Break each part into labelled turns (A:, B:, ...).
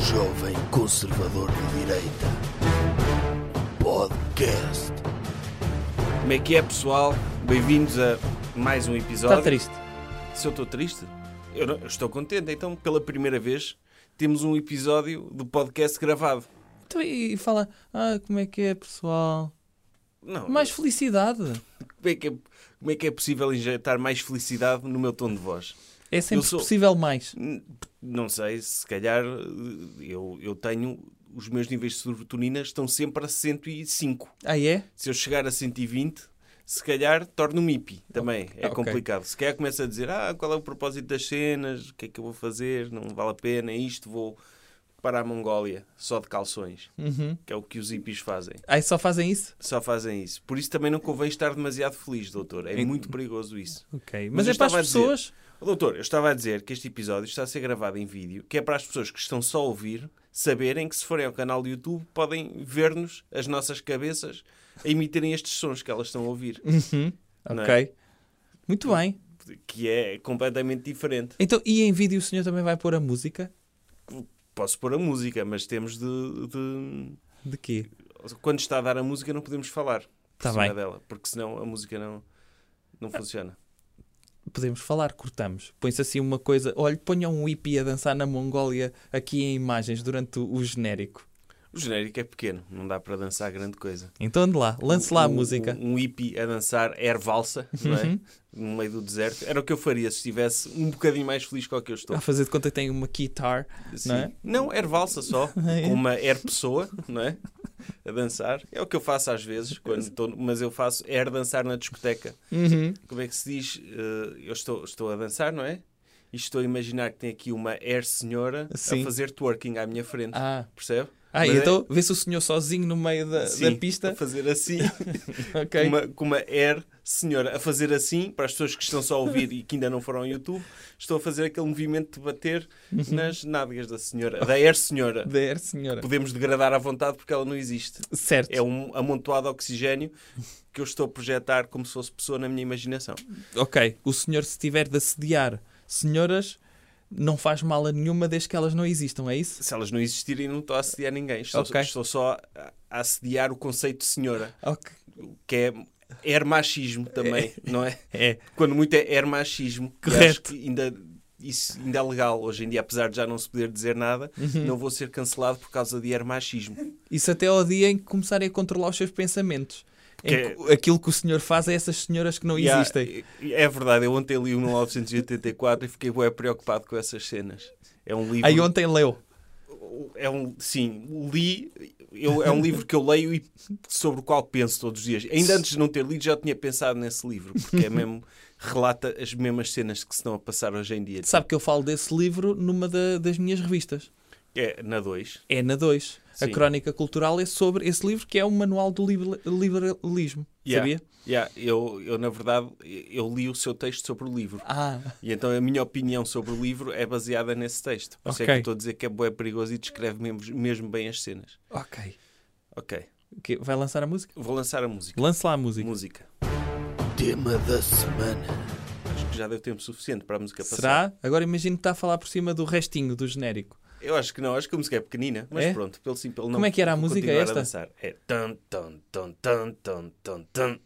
A: Jovem Conservador de Direita. Podcast.
B: Como é que é, pessoal? Bem-vindos a mais um episódio.
C: Está Tá triste.
B: Se eu estou triste, eu, não- eu estou contente. Então, pela primeira vez, temos um episódio do podcast gravado.
C: Então, e fala, ah, como é que é, pessoal?
B: Não,
C: Mais felicidade.
B: como, é que é, como é que é possível injetar mais felicidade no meu tom de voz?
C: É
B: Eu
C: sempre
B: sou-
C: possível mais.
B: N- Não sei, se calhar eh, eu, eu tenho. Os meus níveis de serotonina estão sempre a 105.
C: Ah, é?
B: Se eu chegar a 120, se calhar torno-me hippie também. É
C: Ok.
B: complicado. Se calhar começo a dizer ah, qual é o propósito das cenas, o que é que eu vou fazer, não vale a pena, isto, vou para a Mongólia só de calções,
C: Uhum.
B: que é o que os hippies fazem.
C: Aí Ah, só fazem isso?
B: Só fazem isso. Por isso também não convém estar demasiado feliz, doutor. É muito perigoso isso.
C: Ok.
B: Mas
C: Mas,
B: eu
C: é para as
B: estava a dizer-
C: pessoas.
B: Doutor, eu estava a dizer que este episódio está a ser gravado em vídeo, que é para as pessoas que estão só a ouvir saberem que se forem ao canal do YouTube podem ver-nos, as nossas cabeças, a emitirem estes sons que elas estão a ouvir.
C: Uhum.
B: Não é?
C: Ok. Muito bem.
B: que é completamente diferente.
C: Então, e em vídeo o senhor também vai pôr a música?
B: Posso pôr a música, mas temos de, de-
C: De quê?
B: Quando está a dar a música, não podemos falar por
C: Tá
B: cima
C: bem.
B: dela, porque senão a música não, não funciona.
C: Podemos falar, cortamos. Põe-se assim uma coisa. Olha, ponham um hippie a dançar na Mongólia aqui em imagens durante o, o genérico.
B: O genérico é pequeno, não dá para dançar grande coisa.
C: Então ande lá, lance lá a
B: Um-
C: música. Uhum.
B: Um, um hippie a dançar air valsa, não é? no meio do deserto, era o que eu faria se estivesse um bocadinho mais feliz com o que eu estou.
C: A fazer de conta que tem uma guitar.
B: Sim.
C: Ah, não é?
B: Não, air valsa só, com uma air pessoa, não é? A dançar. É o que eu faço às vezes, quando estou- mas eu faço air dançar na discoteca.
C: Uhum.
B: como é que se diz? eh, eu estou, estou a dançar, não é? E estou a imaginar que tem aqui uma air senhora a
C: Sim.
B: fazer twerking à minha frente,
C: Ah,
B: percebe?
C: Ah, e
B: Mas é-
C: então vê-se o senhor sozinho no meio da,
B: Sim,
C: da pista.
B: A fazer assim, com,
C: Ok.
B: uma, com uma air senhora a fazer assim, para as pessoas que estão só a ouvir e que ainda não foram ao YouTube, estou a fazer aquele movimento de bater
C: Uhum.
B: nas nádegas da senhora, da air senhora.
C: Der, senhora.
B: Podemos degradar à vontade porque ela não existe.
C: Certo.
B: É um amontoado de oxigênio que eu estou a projetar como se fosse pessoa na minha imaginação.
C: Ok. O senhor, se tiver de assediar senhoras, não faz mal a nenhuma desde que elas não existam, é isso?
B: se elas não existirem, não estou a assediar ninguém. Estou,
C: Ok.
B: estou só a- a assediar o conceito de senhora,
C: Ok.
B: que é hermachismo também, não é?
C: É.
B: Quando muito é hermachismo. que
C: Correto.
B: acho que ainda, isso ainda é legal hoje em dia, apesar de já não se poder dizer nada,
C: Uhum.
B: não vou ser cancelado por causa de er hermachismo.
C: Isso até ao dia em que começarem a controlar os seus pensamentos. Em
B: Que- é-
C: que aquilo que o senhor faz a essas senhoras que não
B: E há-
C: existem.
B: e- É, verdade, eu ontem li o 1984 e fiquei bué preocupado com essas cenas. É um livro.
C: Aí ontem leu.
B: é um sim li eu, é um livro que eu leio e sobre o qual penso todos os dias ainda antes de não ter lido já tinha pensado nesse livro porque é mesmo relata as mesmas cenas que se estão a passar hoje em dia
C: Sabe que eu falo desse livro numa da- das minhas revistas.
B: é na 2
C: É na 2. A
B: Sim.
C: Crónica Cultural é sobre esse livro que é o manual do liber- liberalismo. Sabia?
B: eu, eu na verdade eu li o seu texto sobre o livro
C: Ah,
B: e então a minha opinião sobre o livro é baseada nesse texto por isso é que
C: Ok.
B: eu estou a dizer que é bué perigoso e descreve mesmo, mesmo bem as cenas
C: ok.
B: ok
C: Ok, Vai lançar a música?
B: vou lançar a música
C: Lance lá a música.
B: música
A: Tema da semana.
B: acho que já deu tempo suficiente para a música passar
C: Será? Agora imagino que está a falar por cima do restinho do genérico.
B: Eu acho que não, acho que a música é pequenina, mas
C: É?
B: pronto, pelo sim, pelo não.
C: Como é que era a música
B: continuar
C: esta?
B: A dançar. É tan tan tan tan tan tan tan.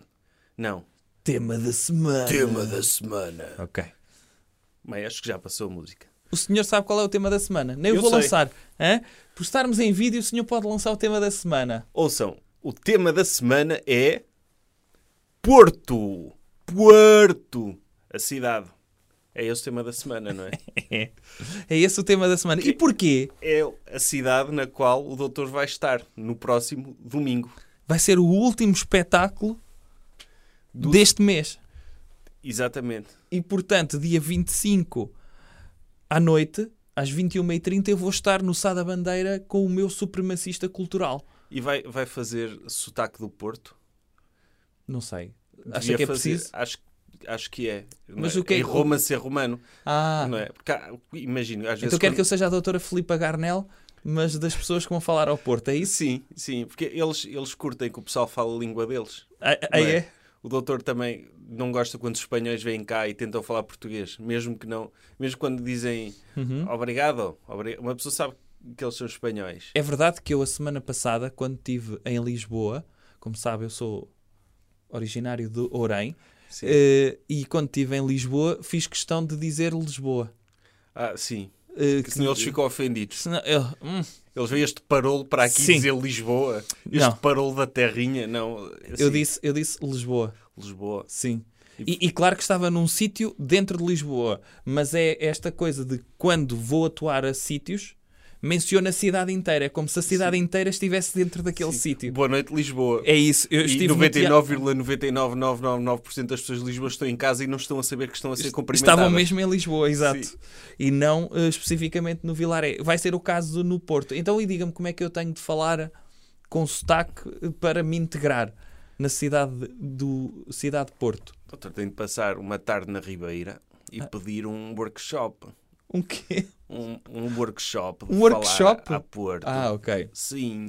B: Não,
C: Tema da semana.
A: Tema da semana.
C: Ok.
B: mas acho que já passou a música.
C: O senhor sabe qual é o tema da semana? Nem eu,
B: Eu
C: vou
B: sei.
C: lançar. Hã? Por estarmos em vídeo, o senhor pode lançar o tema da semana.
B: Ouçam, o tema da semana é Porto. Porto, a cidade. É esse o tema da semana, não é?
C: é esse o tema da semana. E porquê?
B: é a cidade na qual o doutor vai estar no próximo domingo.
C: Vai ser o último espetáculo
B: Do-
C: deste mês.
B: Exatamente.
C: E portanto, dia 25 à noite, às 21h30, eu vou estar no Sá da Bandeira com o meu supremacista cultural.
B: E vai, vai fazer sotaque do Porto?
C: Não sei. Acha
B: Devia
C: que é
B: fazer-
C: preciso?
B: Acho, acho que é.
C: Mas o que é
B: Em
C: que-
B: Roma ser romano,
C: Ah,
B: não é? Porque há- imagino, às vezes.
C: Então quero que eu
B: quando-
C: seja a doutora Filipa Garnel, mas das pessoas que vão falar ao Porto, é isso?
B: Sim, sim, porque eles, eles curtem que o pessoal fala a língua deles.
C: Aí
B: não
C: é?
B: O doutor também não gosta quando os espanhóis vêm cá e tentam
C: Uhum.
B: falar português, mesmo que não, mesmo quando dizem obrigado, obri- uma pessoa sabe que eles são espanhóis.
C: É verdade que eu, a semana passada, quando estive em Lisboa, como sabe, eu sou originário de Orem,
B: Sim.
C: eh, e quando estive em Lisboa, fiz questão de dizer Lisboa.
B: Ah, sim.
C: Eh,
B: Que senão eles ficam ofendidos.
C: senão- eu- hum,
B: Eles veem este parolo para aqui
C: Sim.
B: dizer Lisboa. Este
C: Não.
B: parolo da terrinha. Não. assim,
C: eu, disse, eu disse Lisboa,
B: Lisboa.
C: sim. E, e claro que estava num sítio dentro de Lisboa, mas é esta coisa de quando vou atuar a sítios, menciono a cidade inteira. É como se a cidade inteira estivesse dentro daquele sítio.
B: Boa noite, Lisboa.
C: É isso. Eu
B: E
C: estive no teatro-
B: 99,99999% das pessoas de Lisboa estão em casa e não estão a saber que estão a ser cumprimentadas.
C: Estavam mesmo em Lisboa, exato.
B: Sim.
C: E não eh, especificamente no Vilaré. Vai ser o caso no Porto. Então, e diga-me como é que eu tenho de falar com sotaque eh, para me integrar na cidade do cidade de Porto.
B: Doutor, tenho de passar uma tarde na Ribeira e
C: Ah.
B: pedir um workshop.
C: Um quê?
B: Um, um workshop. de
C: Um
B: falar
C: workshop?
B: A Porto.
C: Ah, ok.
B: Sim.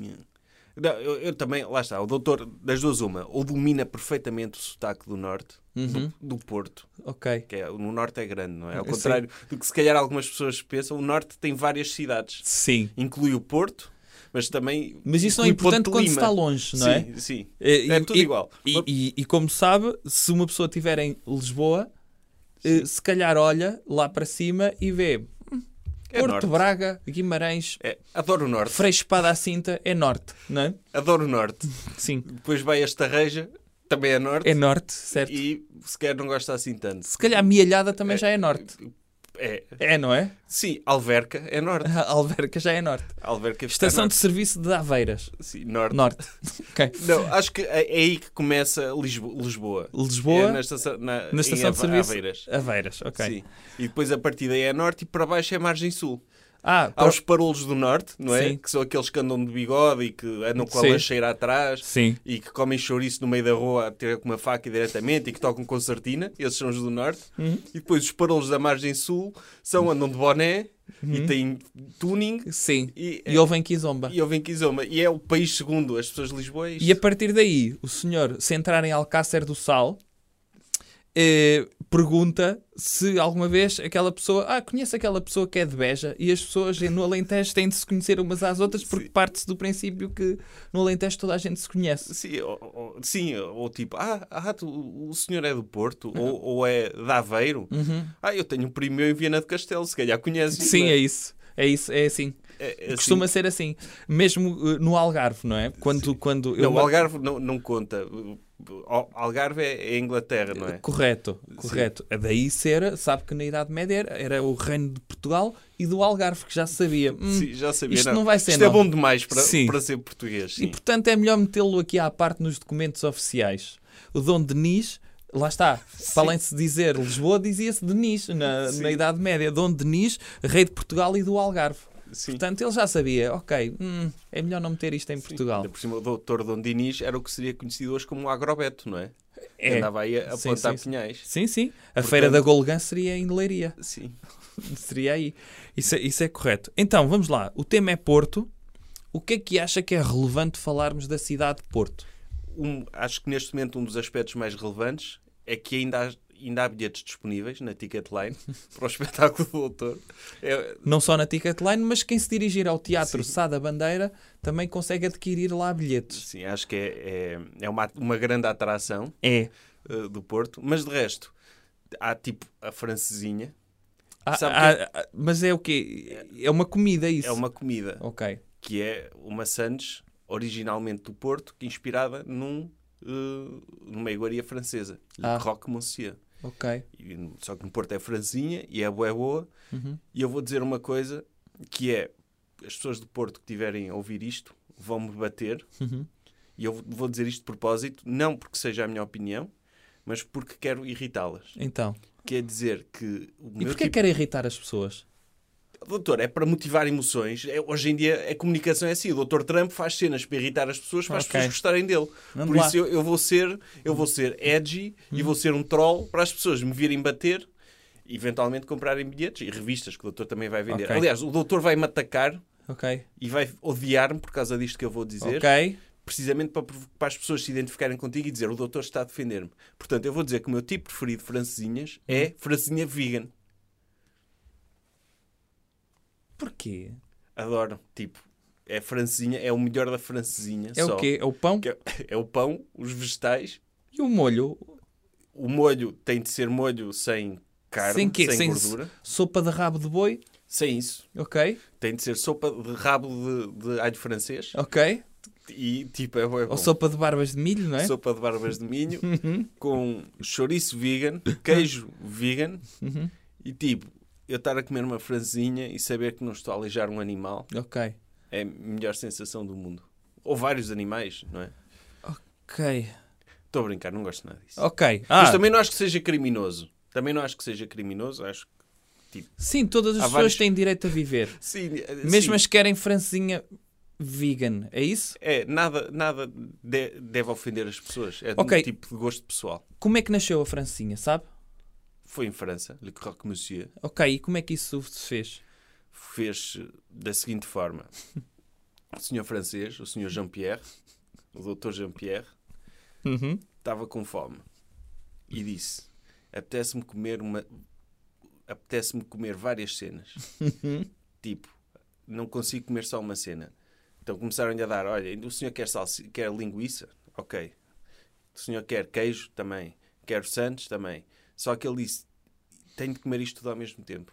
B: Não, eu, eu também, lá está, o doutor, das duas uma, ou domina perfeitamente o sotaque do Norte,
C: Uhum.
B: do, do Porto,
C: Ok.
B: que é, no Norte é grande, não é? Ao
C: Eu sei.
B: contrário do que se calhar algumas pessoas pensam, o Norte tem várias cidades.
C: Sim.
B: Inclui o Porto, mas também...
C: Mas isso não é
B: inclui Ponte
C: importante quando se
B: Lima.
C: está longe, não é?
B: sim, Sim,
C: Eh,
B: É
C: e-
B: tudo
C: e-
B: igual.
C: E, e- e como sabe, se uma pessoa estiver em Lisboa, eh, se calhar olha lá para cima e vê hum,
B: É
C: Porto
B: norte.
C: Braga, Guimarães,
B: É, adoro o Norte,
C: Frei Espada à Cinta é norte, não é?
B: adoro o Norte.
C: Sim.
B: Depois vai esta reja, também é Norte,
C: É norte, certo?
B: e sequer não gosta assim tanto.
C: Se calhar Mialhada também já é norte.
B: É,
C: É, não é?
B: sim, Alverca é Norte.
C: A Alverca já é norte.
B: Alverca está
C: Estação
B: norte.
C: de serviço de Aveiras,
B: Sim, norte.
C: norte. ok.
B: Não, acho que é é aí que começa Lisbo- Lisboa.
C: Lisboa,
B: É na estação, na,
C: na
B: em
C: estação de
B: Ava-
C: serviço.
B: Aveiras.
C: Aveiras, ok.
B: Sim. E depois a partir daí é norte e para baixo é margem sul.
C: Ah,
B: Há
C: pro-
B: os parolos do norte, não é?
C: Sim.
B: Que são aqueles que andam de bigode e que andam com a
C: Sim.
B: lancheira atrás
C: Sim.
B: e que comem chouriço no meio da rua a ter com uma faca diretamente e que tocam concertina. Esses são os do norte.
C: Uhum.
B: E depois os parolos da margem sul são andam de boné e têm tuning
C: Sim.
B: e,
C: Uhum.
B: é. eh,
C: E ouvem que zomba.
B: e ouvem quizoma. E é o país segundo. As pessoas de Lisboa é isto.
C: E a partir daí, o senhor, se entrar em Alcácer do Sal, eh, pergunta se alguma vez aquela pessoa. Ah, conhece aquela pessoa que é de Beja? E as pessoas no Alentejo têm de se conhecer umas às outras porque parte-se do princípio que no Alentejo toda a gente se conhece.
B: Sim, ou, ou- sim, ou tipo, ah, ah tu- o senhor é do Porto,
C: Uhum.
B: ou, ou é de Aveiro. Ah, eu tenho um primo meu em Viana de Castelo, se calhar conheces.
C: Sim,
B: não
C: é isso. É isso, é assim.
B: É- é assim.
C: Costuma ser assim. Mesmo eh, no Algarve, não é? Quando, quando
B: Não, o Algarve não, não conta. O Algarve é, é Inglaterra, não é?
C: Correto, correto. Daí ser, sabe que na Idade Média era, era o reino de Portugal e do Algarve, que já se sabia. Hum,
B: Sim, já sabia.
C: isto não vai ser,
B: Isto é
C: não.
B: bom demais para,
C: Sim.
B: para ser português.
C: E
B: Sim.
C: portanto é melhor metê-lo aqui à parte nos documentos oficiais. O Dom Denis, lá está, para além de se dizer Lisboa, dizia-se Denis na,
B: Sim.
C: na Idade Média. Dom Denis, rei de Portugal e do Algarve.
B: Sim.
C: Portanto ele já sabia, ok, hum, é melhor não meter isto em Portugal.
B: Ainda por cima, o doutor Dom Dinis era o que seria conhecido hoje como o agrobeto, não é?
C: É.
B: Andava aí a, a
C: Sim,
B: plantar
C: sim, sim.
B: pinhais.
C: Sim, sim. A feira da Golgã seria em Leiria.
B: Sim.
C: Seria aí. Isso é, isso é correto. Então, vamos lá. O tema é Porto. O que é que acha que é relevante falarmos da cidade de Porto?
B: um- acho que neste momento um dos aspectos mais relevantes é que ainda há, ainda há bilhetes disponíveis na Ticketline para o espetáculo do Doutor. É,
C: Não só na Ticketline, mas quem se dirigir ao Teatro Sá da Bandeira também consegue adquirir lá bilhetes.
B: sim, acho que é, é, é uma, uma grande atração
C: É.
B: eh, do Porto, mas de resto há tipo a francesinha,
C: Ah,
B: Sabe
C: ah, ah, mas é o quê? É uma comida isso?
B: é uma comida
C: Ok.
B: que é uma sandes originalmente do Porto, que é inspirada num, eh, numa iguaria francesa,
C: Ah.
B: Le Croque Monsieur.
C: Ok.
B: E- só que no Porto é franzinha e é boa, é boa.
C: Uhum.
B: E eu vou dizer uma coisa que é, as pessoas do Porto que tiverem a ouvir isto vão-me bater
C: Uhum.
B: e eu vou dizer isto de propósito, não porque seja a minha opinião, mas porque quero irritá-las.
C: Então.
B: Quer dizer que o
C: E
B: meu
C: porquê
B: tipo...
C: quer irritar as pessoas?
B: Doutor, é para motivar emoções. É- hoje em dia a comunicação é assim. O doutor Trump faz cenas para irritar as pessoas, para as
C: Ok.
B: pessoas gostarem dele.
C: Vamos
B: Por
C: lá.
B: isso eu, eu vou ser, eu vou ser edgy e vou ser um troll para as pessoas me virem bater, eventualmente comprarem bilhetes e revistas que o doutor também vai vender.
C: Ok.
B: Aliás, o doutor vai me atacar
C: Ok.
B: e vai odiar-me por causa disto que eu vou dizer,
C: Ok.
B: precisamente para, provo- para as pessoas se identificarem contigo e dizer o doutor está a defender-me. Portanto, eu vou dizer que o meu tipo preferido de francesinhas
C: Uhum.
B: é francesinha vegan.
C: Porquê?
B: Adoro. Tipo, é francesinha, é o melhor da francesinha.
C: É
B: só.
C: o quê? É o pão
B: Que é- É o pão, os vegetais,
C: e o molho.
B: o molho tem de ser molho sem carne,
C: Sem
B: sem,
C: quê? Sem
B: gordura.
C: Sopa de rabo de boi.
B: Sem isso.
C: Ok,
B: Tem de ser sopa de rabo de, de alho francês
C: ok.
B: e tipo é, bué bom.
C: Ou sopa de barbas de milho, não é? Uhum.
B: Sopa de barbas de milho com chouriço vegan, queijo vegan
C: Uhum.
B: e tipo, eu estar a comer uma franzinha e saber que não estou a aleijar um animal
C: Ok.
B: é a melhor sensação do mundo. Ou vários animais, não é?
C: Ok.
B: Estou a brincar, não gosto nada disso.
C: Ok.
B: Mas
C: Ah,
B: também não acho que seja criminoso. Também não acho que seja criminoso. Acho que
C: sim, todas as
B: Há
C: pessoas
B: vários-
C: têm direito a viver.
B: sim. eh,
C: Mesmo
B: sim.
C: as que querem francesinha vegan, é isso?
B: É, nada, nada de- deve ofender as pessoas. É
C: Ok.
B: um tipo de gosto pessoal.
C: Como é que nasceu a francesinha, sabe?
B: Foi em França, Le Croque Monsieur
C: Ok, e como é que isso se fez?
B: fez eh, da seguinte forma: o senhor francês, o senhor Jean-Pierre, o doutor Jean-Pierre,
C: Uhum.
B: estava com fome e disse: apetece-me comer uma. apetece-me comer várias cenas. tipo, não consigo comer só uma cena. Então começaram-lhe a dar: olha, o senhor quer, salsi... quer linguiça? Ok. O senhor quer queijo? Também. Quer sandes? Também. Só que ele disse: tenho de comer isto tudo ao mesmo tempo.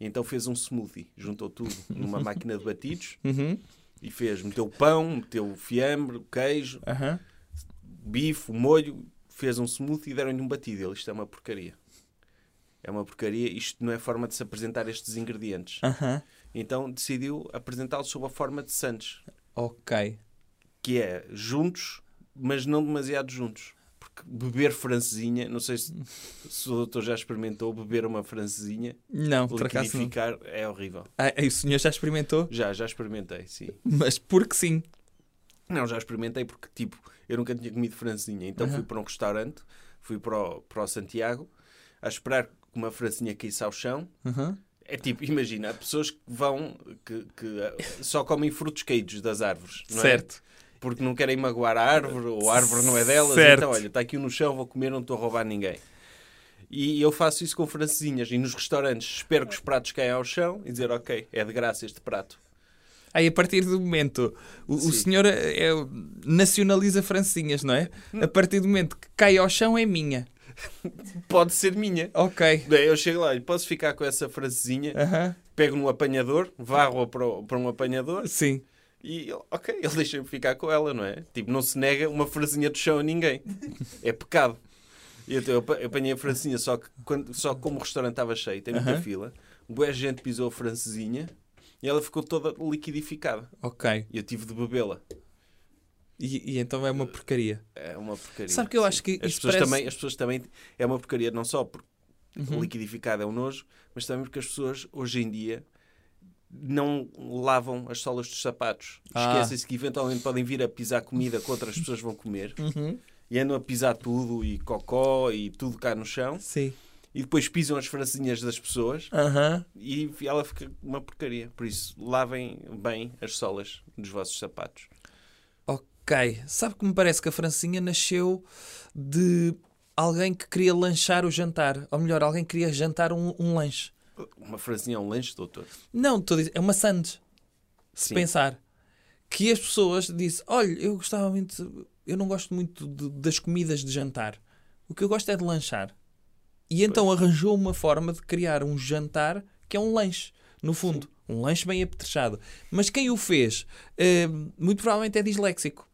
B: E então fez um smoothie, juntou tudo numa máquina de batidos
C: Uhum.
B: e fez, meteu pão, meteu fiambre, queijo,
C: Aham.
B: bife, o molho, fez um smoothie e deram-lhe um batido. Ele, isto é uma porcaria. É uma porcaria, isto não é forma de se apresentar estes ingredientes.
C: Aham.
B: Então decidiu apresentá-lo sob a forma de Santos,
C: Ok.
B: que é juntos, mas não demasiado juntos. Porque beber francesinha, não sei se, se o doutor já experimentou beber uma francesinha,
C: Não, por acaso não.
B: liquidificar é horrível.
C: Ah, e o senhor já experimentou?
B: Já, já experimentei, sim.
C: Mas porque sim.
B: Não, já experimentei porque, tipo, eu nunca tinha comido francesinha. Então fui para um restaurante, fui para o, para o Santiago, a esperar que uma francesinha caísse ao chão.
C: Aham.
B: É tipo, imagina, há pessoas que vão, que, que, ah, só comem frutos caídos das árvores, não é?
C: Certo.
B: Porque não querem magoar a árvore, ou a árvore não é delas.
C: Certo.
B: Então, olha, está aqui um no chão, vou comer, não estou a roubar ninguém. E eu faço isso com francesinhas. E nos restaurantes espero que os pratos caiam ao chão e dizer, ok, é de graça este prato.
C: Aí a partir do momento o, o
B: Sim.
C: senhor é, é- nacionaliza francinhas, não é? A partir do momento que cai ao chão é minha.
B: Pode ser minha.
C: Ok.
B: Bem, eu chego lá e posso ficar com essa francesinha
C: Aham.
B: pego no apanhador, varro-a para, o- para um apanhador
C: Sim.
B: e, ele- ok, ele deixa-me ficar com ela, não é? Tipo, não se nega uma franzinha do chão a ninguém. É pecado. E então eu apa- eu apanhei a franzinha, só que quando, só que como o restaurante estava cheio, tem muita
C: Aham.
B: fila, boa gente pisou a francesinha e ela ficou toda liquidificada.
C: Ok.
B: E eu tive de bebê-la.
C: E, e então é uma porcaria.
B: É uma porcaria.
C: Sabe que eu acho que
B: As
C: isso
B: pessoas,
C: parece-
B: também, as pessoas também. É uma porcaria, não só porque
C: Uhum.
B: liquidificado é um nojo, mas também porque as pessoas, hoje em dia, não lavam as solas dos sapatos.
C: Ah.
B: Esquecem-se que eventualmente podem vir a pisar comida que outras pessoas vão comer.
C: Uhum.
B: E andam a pisar tudo, e cocó, e tudo cá no chão.
C: Sim.
B: E depois pisam as francinhas das pessoas.
C: Aham.
B: E ela fica uma porcaria. Por isso, lavem bem as solas dos vossos sapatos.
C: Ok. Sabe que me parece que a Francinha nasceu de alguém que queria lanchar o jantar. Ou melhor, alguém que queria jantar um, um lanche.
B: Uma francinha é um lanche, doutor.
C: Não, estou a dizer, é uma sandes. Se
B: Sim.
C: pensar. Que as pessoas dizem, olha, eu gostava muito, eu não gosto muito de- das comidas de jantar. O que eu gosto é de lanchar. E então arranjou uma forma de criar um jantar que é um lanche, no fundo. Um lanche bem apetrechado. Mas quem o fez, eh, muito provavelmente é disléxico.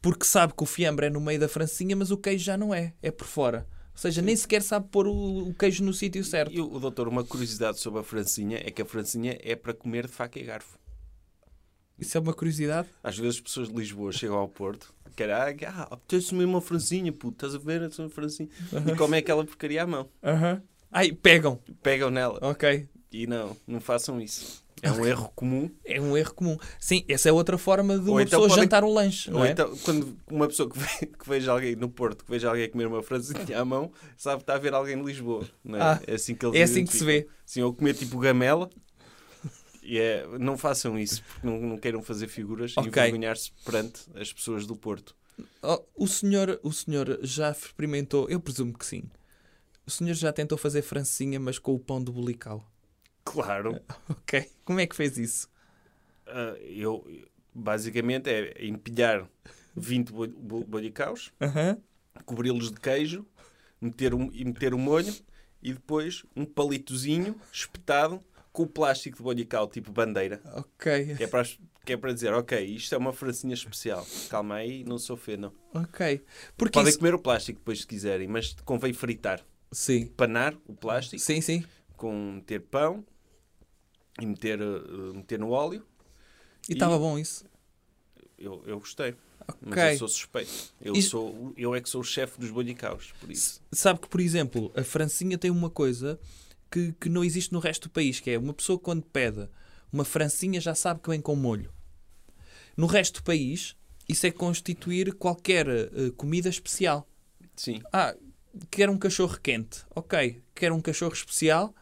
C: Porque sabe que o fiambre é no meio da francinha, mas o queijo já não é. É por fora. Ou seja, nem sequer sabe pôr o, o queijo no sítio certo.
B: E o doutor, uma curiosidade sobre a francinha é que a francinha é para comer de faca e garfo.
C: Isso é uma curiosidade.
B: Às vezes as pessoas de Lisboa chegam ao Porto, querem, ah, ah apetece comer uma francinha, puto, estás a ver a tua francinha? E comem aquela porcaria à mão.
C: Ai, pegam.
B: Pegam nela.
C: Ok.
B: E não, não façam isso. É um erro comum.
C: É um erro comum. Sim, essa é outra forma de
B: Ou
C: uma
B: então
C: pessoa
B: podem-
C: jantar um lanche, não
B: Ou
C: é?
B: então, quando uma pessoa que, ve- que veja alguém no Porto, que veja alguém comer uma francinha à mão, sabe que está a ver alguém de Lisboa. Não é?
C: Ah,
B: é assim que eles
C: é assim que se
B: identificam. Sim, ou comer tipo gamela. E é, não façam isso, porque não, não queiram fazer figuras
C: Ok.
B: e envergonhar-se perante as pessoas do Porto.
C: Oh, o, senhor, o senhor já experimentou, eu presumo que sim. O senhor já tentou fazer francinha, mas com o pão do bulical.
B: Claro.
C: Ok. Como é que fez isso?
B: ah, eu basicamente é empilhar 20 bol- bol- bolicaus,
C: Aham.
B: cobri-los de queijo meter um, e meter um molho e depois um palitozinho espetado com o plástico de bolical tipo bandeira.
C: Ok.
B: Que é, para, as- que é para dizer, ok, isto é uma francinha especial. Calma aí, não se ofendam.
C: Ok. Porque
B: Podem
C: isso...
B: comer o plástico depois se quiserem, mas convém fritar.
C: Sim.
B: Panar o plástico
C: Sim, sim.
B: com meter pão e meter, eh, meter no óleo.
C: E
B: E-
C: estava bom isso.
B: Eu, eu gostei. Mas
C: Ok.
B: eu sou suspeito. Eu,
C: Isto-
B: sou, eu é que sou o chefe dos bolicaus, por isso.
C: Sabe que, por exemplo, a Francinha tem uma coisa que, que não existe no resto do país, que é uma pessoa quando pede uma Francinha já sabe que vem com molho. No resto do país, isso é constituir qualquer eh, comida especial.
B: Sim.
C: Ah, quer um cachorro quente. Ok, quer um cachorro especial.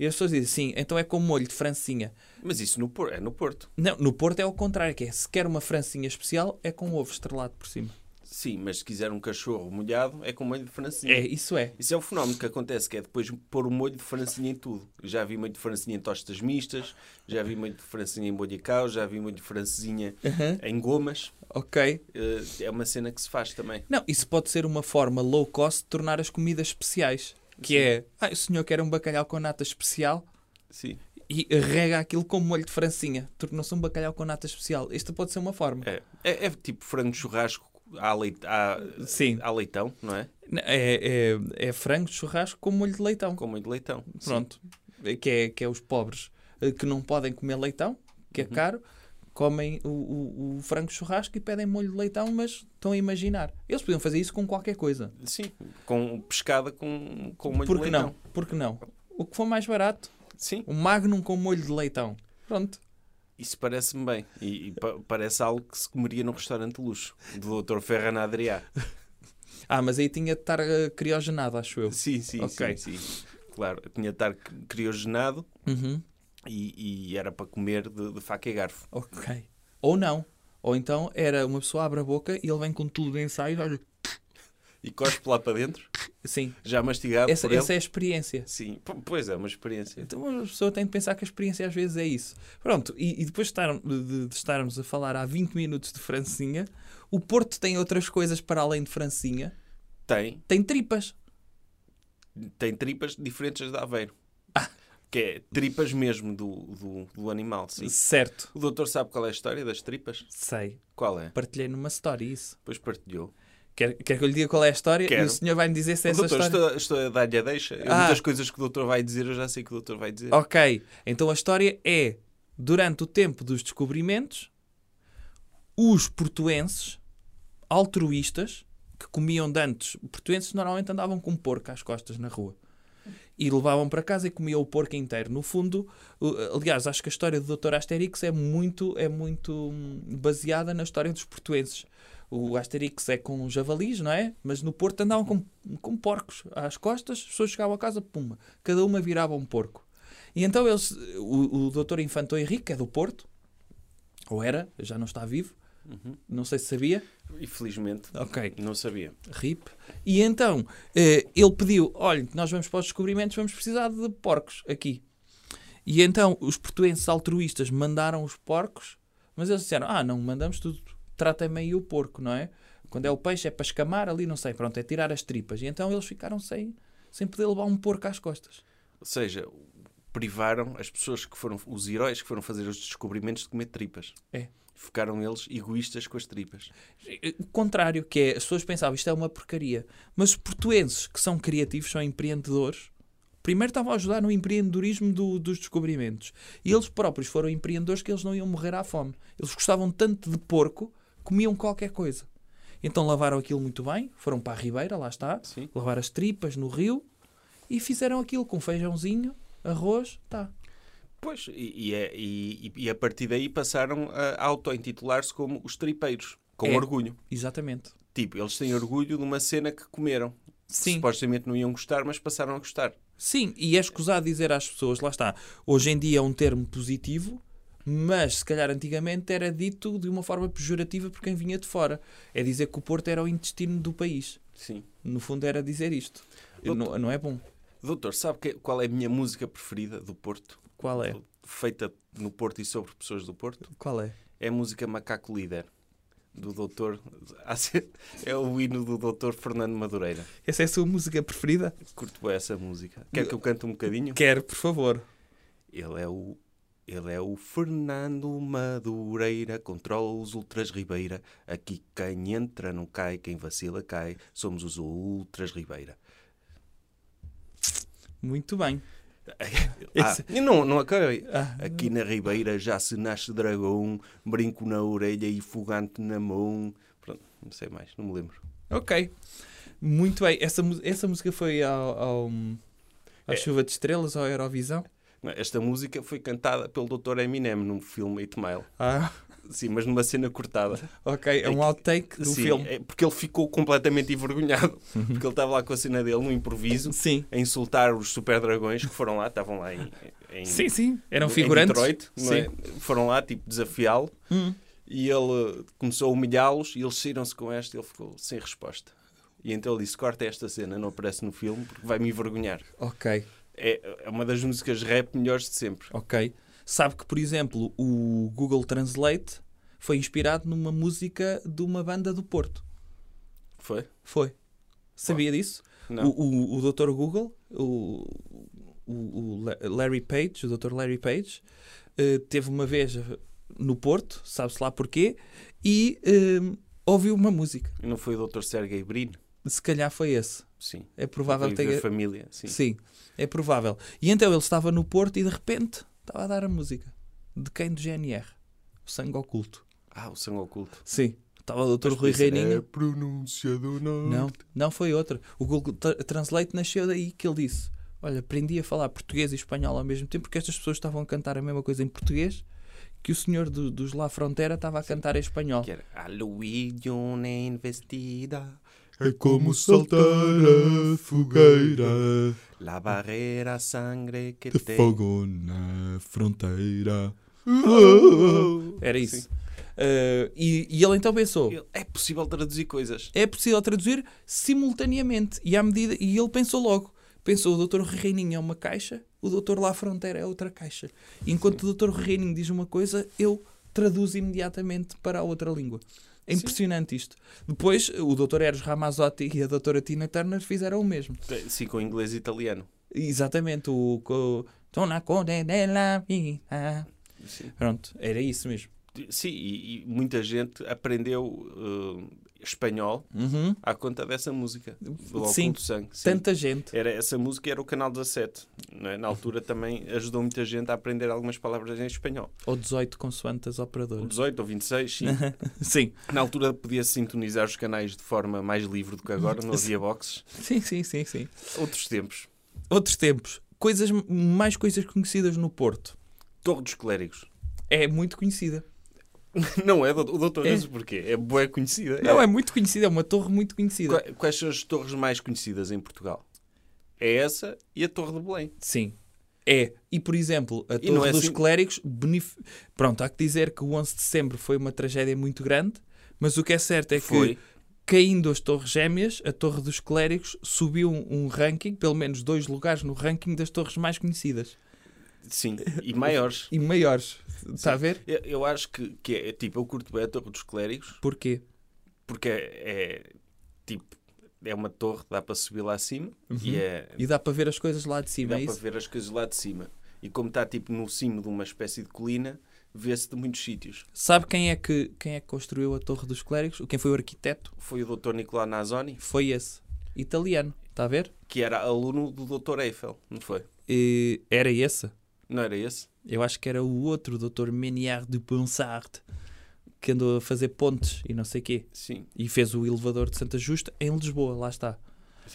C: E as pessoas dizem, sim, então é com molho de francinha.
B: Mas isso no Porto, é no Porto.
C: Não, no Porto é ao contrário, que é se quer uma francinha especial, é com ovo estrelado por cima.
B: Sim, mas se quiser um cachorro molhado, é com molho de francinha.
C: É, isso é.
B: Isso é um fenómeno que acontece, que é depois pôr o molho de francinha em tudo. Eu Já vi molho de francinha em tostas mistas, já vi molho de francinha em bolicaus, já vi molho de francinha
C: Aham.
B: em gomas.
C: Ok.
B: Eh, É uma cena que se faz também.
C: Não, isso pode ser uma forma low cost de tornar as comidas especiais. Que é, ah, o senhor quer um bacalhau com nata especial
B: Sim.
C: e rega aquilo com molho de francinha. Tornou-se um bacalhau com nata especial. Esta pode ser uma forma.
B: É, é, é tipo frango churrasco à, leit, à,
C: Sim.
B: à leitão, não é?
C: N- É, é, é frango de churrasco com molho de leitão.
B: Com molho de leitão.
C: Pronto. Que é, que é os pobres eh, que não podem comer leitão, que é caro, comem o, o, o frango de churrasco e pedem molho de leitão, mas estão a imaginar. Eles podiam fazer isso com qualquer coisa.
B: Sim. Sim. Com pescada com, com molho
C: Por
B: de
C: que
B: leitão.
C: não? Por que não? O que for mais barato.
B: Sim.
C: Um magnum com molho de leitão. Pronto.
B: Isso parece-me bem. E, e pa- parece algo que se comeria num restaurante de luxo. Do Dr. Ferran Adrià.
C: Ah, mas aí tinha de estar eh, criogenado, acho eu.
B: Sim, sim,
C: Ok.
B: sim, sim. Claro, eu tinha de estar cri- criogenado
C: Uhum.
B: e, e era para comer de, de faca e garfo.
C: Ok. Ou não. Ou então era uma pessoa abre a boca e ele vem com tudo de ensaio. Olha.
B: E cospe lá para dentro,
C: Sim.
B: já mastigado
C: Essa,
B: por ele.
C: essa é a experiência.
B: Sim, P- pois é, uma experiência.
C: Então a pessoa tem de pensar que a experiência às vezes é isso. Pronto, e, e depois de, estar- de- de estarmos a falar há 20 minutos de Francinha, o Porto tem outras coisas para além de Francinha.
B: Tem,
C: Tem tripas.
B: tem tripas diferentes das de Aveiro.
C: Ah.
B: Que é tripas mesmo do, do, do animal, sim.
C: Certo.
B: O doutor sabe qual é a história das tripas?
C: Sei.
B: Qual é?
C: Partilhei numa story isso.
B: Pois partilhou.
C: Quer, quer que eu lhe diga qual é a história? E o
B: Quero.
C: senhor vai me dizer se
B: O
C: é essa
B: doutor,
C: história...
B: estou, estou a dar-lhe a deixa. Eu,
C: Ah.
B: Muitas coisas que o doutor vai dizer, eu já sei que o doutor vai dizer.
C: Ok, então a história é: durante o tempo dos descobrimentos, os portuenses altruístas que comiam de antes, portuenses normalmente andavam com um porco às costas na rua e levavam para casa e comiam o porco inteiro. No fundo, o- aliás, acho que a história do Dr. Asterix é muito, é muito hum, baseada na história dos portuenses. O Asterix é com javalis, não é? Mas no Porto andavam com, com porcos às costas, as pessoas chegavam a casa, pumba, cada uma virava um porco. E então eles, o, o doutor Infanto Henrique é do Porto, ou era, já não está vivo, não sei se sabia.
B: Infelizmente,
C: Ok.
B: não sabia.
C: RIP. E então eh, ele pediu: olha, nós vamos para os descobrimentos, vamos precisar de porcos aqui. E então os portuenses altruístas mandaram os porcos, mas eles disseram: ah, não mandamos tudo, tratem-me aí o porco, não é? Quando é o peixe é para escamar ali, não sei, pronto, é tirar as tripas. E então eles ficaram sem, sem poder levar um porco às costas.
B: Ou seja, privaram as pessoas que foram, os heróis que foram fazer os descobrimentos de comer tripas.
C: É.
B: Ficaram eles egoístas com as tripas.
C: O contrário, que é, as pessoas pensavam isto é uma porcaria. Mas os portuenses, que são criativos, são empreendedores, primeiro estavam a ajudar no empreendedorismo do- dos descobrimentos. E eles próprios foram empreendedores que eles não iam morrer à fome. Eles gostavam tanto de porco, comiam qualquer coisa. Então lavaram aquilo muito bem, foram para a Ribeira, lá está,
B: Sim.
C: lavar as tripas no rio e fizeram aquilo com feijãozinho, arroz, tá.
B: Pois, e, e é- e- e a partir daí passaram a auto-intitular-se como os tripeiros, com
C: É.
B: orgulho.
C: Exatamente.
B: Tipo, eles têm orgulho de uma cena que comeram.
C: Sim.
B: Supostamente não iam gostar, mas passaram a gostar.
C: Sim, e é escusado dizer às pessoas, lá está, hoje em dia é um termo positivo, mas se calhar antigamente era dito de uma forma pejorativa por quem vinha de fora. É dizer que o Porto era o intestino do país.
B: Sim.
C: No fundo era dizer isto. Não, não é bom.
B: Doutor, sabe que- qual é a minha música preferida do Porto?
C: Qual é?
B: feita no Porto e sobre pessoas do Porto
C: Qual é?
B: é a música Macaco Líder. Do doutor... É o hino do doutor Fernando Madureira.
C: Essa é a sua música preferida?
B: Curto bem essa música. Quer que eu cante um bocadinho?
C: Quero, por favor.
B: Ele é o. Ele é o Fernando Madureira, controla os Ultras Ribeira. Aqui quem entra não cai, quem vacila cai. Somos os Ultras Ribeira.
C: Muito bem.
B: Ah,
C: Esse-
B: e não, não acabei.
C: Ah.
B: Aqui na Ribeira já se nasce dragão, brinco na orelha e fogante na mão. Pronto, não sei mais, não me lembro.
C: Ok. Muito bem. Essa, mu- essa música foi ao, ao, à
B: É.
C: Chuva de Estrelas ou à Eurovisão?
B: Não, Esta música foi cantada pelo Dr. Eminem num filme 8 Mile.
C: Ah,
B: Sim, mas numa cena cortada.
C: ok. É
B: É
C: um
B: que-
C: outtake do
B: Sim,
C: filme.
B: é porque ele ficou completamente envergonhado. Porque ele estava lá com a cena dele no
C: É
B: improviso
C: Sim.
B: a insultar os super dragões que foram lá, estavam lá em, em,
C: Sim, sim. Eram
B: em
C: figurantes.
B: Detroit, não é? foram lá tipo desafiá-lo
C: Hum.
B: e ele começou a humilhá-los e eles saíram-se com esta e ele ficou sem resposta. E então ele disse: corta esta cena, não aparece no filme porque vai me envergonhar.
C: Ok,
B: É, é uma das músicas rap melhores de sempre.
C: ok. Sabe que, por exemplo, o Google Translate foi inspirado numa música de uma banda do Porto.
B: Foi?
C: Foi. Sabia disso?
B: Não.
C: O, o, o Dr. Google, o, o, o La- Larry Page, o Dr. Larry Page, eh, teve uma vez no Porto, sabe-se lá porquê, e eh, ouviu uma música.
B: E Não foi o Dr. Sergei Brino?
C: Se calhar foi esse.
B: Sim.
C: É provável que
B: Foi ver
C: tenha.
B: família. Sim.
C: Sim, é provável. E então ele estava no Porto e de repente estava a dar a música. De quem? Do GNR. O Sangue Oculto.
B: Ah, o sangue oculto.
C: Sim. Estava o Dr.
B: Mas
C: Rui
B: podia ser,
C: Reininho.
B: É pronúncia do norte.
C: Não, não foi outra. O Google Tra- Translate nasceu daí que ele disse: Olha, aprendi a falar português e espanhol ao mesmo tempo porque estas pessoas estavam a cantar a mesma coisa em português que o senhor do- dos La Frontera estava a cantar em espanhol.
B: Que é- era A Luígione investida,
A: É como saltar a fogueira
B: la barreira sangre que
A: de
B: te...
A: fogo na fronteira.
C: Era isso. Ah, e, e ele então pensou:
B: Ele- É possível traduzir coisas.
C: é possível traduzir simultaneamente. E à medida, e ele pensou logo. Pensou, o doutor Reininho é uma caixa, o doutor lá à fronteira é outra caixa. E enquanto o doutor Reininho diz uma coisa, eu traduzo imediatamente para a outra língua. É impressionante isto. Depois, o doutor Eros Ramazzotti e a doutora Tina Turner fizeram o mesmo.
B: Sim, com inglês e italiano.
C: Exatamente, o... co- Dona Conde della Vita.
B: Sim,
C: Pronto, era isso mesmo.
B: Sim, e, e muita gente aprendeu eh, espanhol
C: Uhum.
B: à conta dessa música. Do
C: Sim.
B: Oculto Sangue. Sim.
C: Tanta gente.
B: Era, essa música era o Canal 17. não é? Na altura também ajudou muita gente a aprender algumas palavras em espanhol.
C: Ou 18, consoante as
B: O
C: operadoras.
B: 18 ou 26, sim.
C: Sim.
B: Na altura podia-se sintonizar os canais de forma mais livre do que agora, não havia boxes.
C: Sim, sim, sim, sim.
B: Outros tempos.
C: Outros tempos. Coisas, mais coisas conhecidas no Porto.
B: Torre dos Clérigos.
C: É muito conhecida.
B: Não é, doutor? O doutor
C: É.
B: diz o porquê. É boa conhecida.
C: Não, é muito conhecida, é uma torre muito conhecida.
B: Qua- Quais são as torres mais conhecidas em Portugal? É essa e a Torre de Belém.
C: Sim. É. E, por exemplo, a
B: E não
C: Torre
B: é
C: dos
B: assim-
C: Clérigos... benef- Pronto, há que dizer que o 11 de setembro foi uma tragédia muito grande, mas o que é certo é
B: Foi.
C: que, caindo as Torres Gêmeas, a Torre dos Clérigos subiu um, um ranking, pelo menos dois lugares no ranking das torres mais conhecidas.
B: Sim, e maiores.
C: E maiores. Está a ver?
B: Eu, eu acho que, que é, tipo, eu curto bem a Torre dos Clérigos,
C: Porquê?
B: porque é, é, tipo, é uma torre, dá para subir lá acima e, é,
C: E dá para ver as coisas lá de
B: e
C: cima,
B: dá
C: é
B: para
C: Uhum. isso?
B: ver as coisas lá de cima. E como está, tipo, no cimo de uma espécie de colina, vê-se de muitos sítios.
C: Sabe quem é, que, quem é que construiu a Torre dos Clérigos? Quem foi o arquiteto?
B: Foi o doutor Nicolau Nazoni,
C: Foi esse. Italiano. Está a ver?
B: que era aluno do doutor Eiffel, não foi?
C: E era esse.
B: Não era esse?
C: Eu acho que era o outro Dr. Meniard de Ponsard que andou a fazer pontes e não sei quê.
B: Sim,
C: E fez o elevador de Santa Justa em Lisboa. Lá está.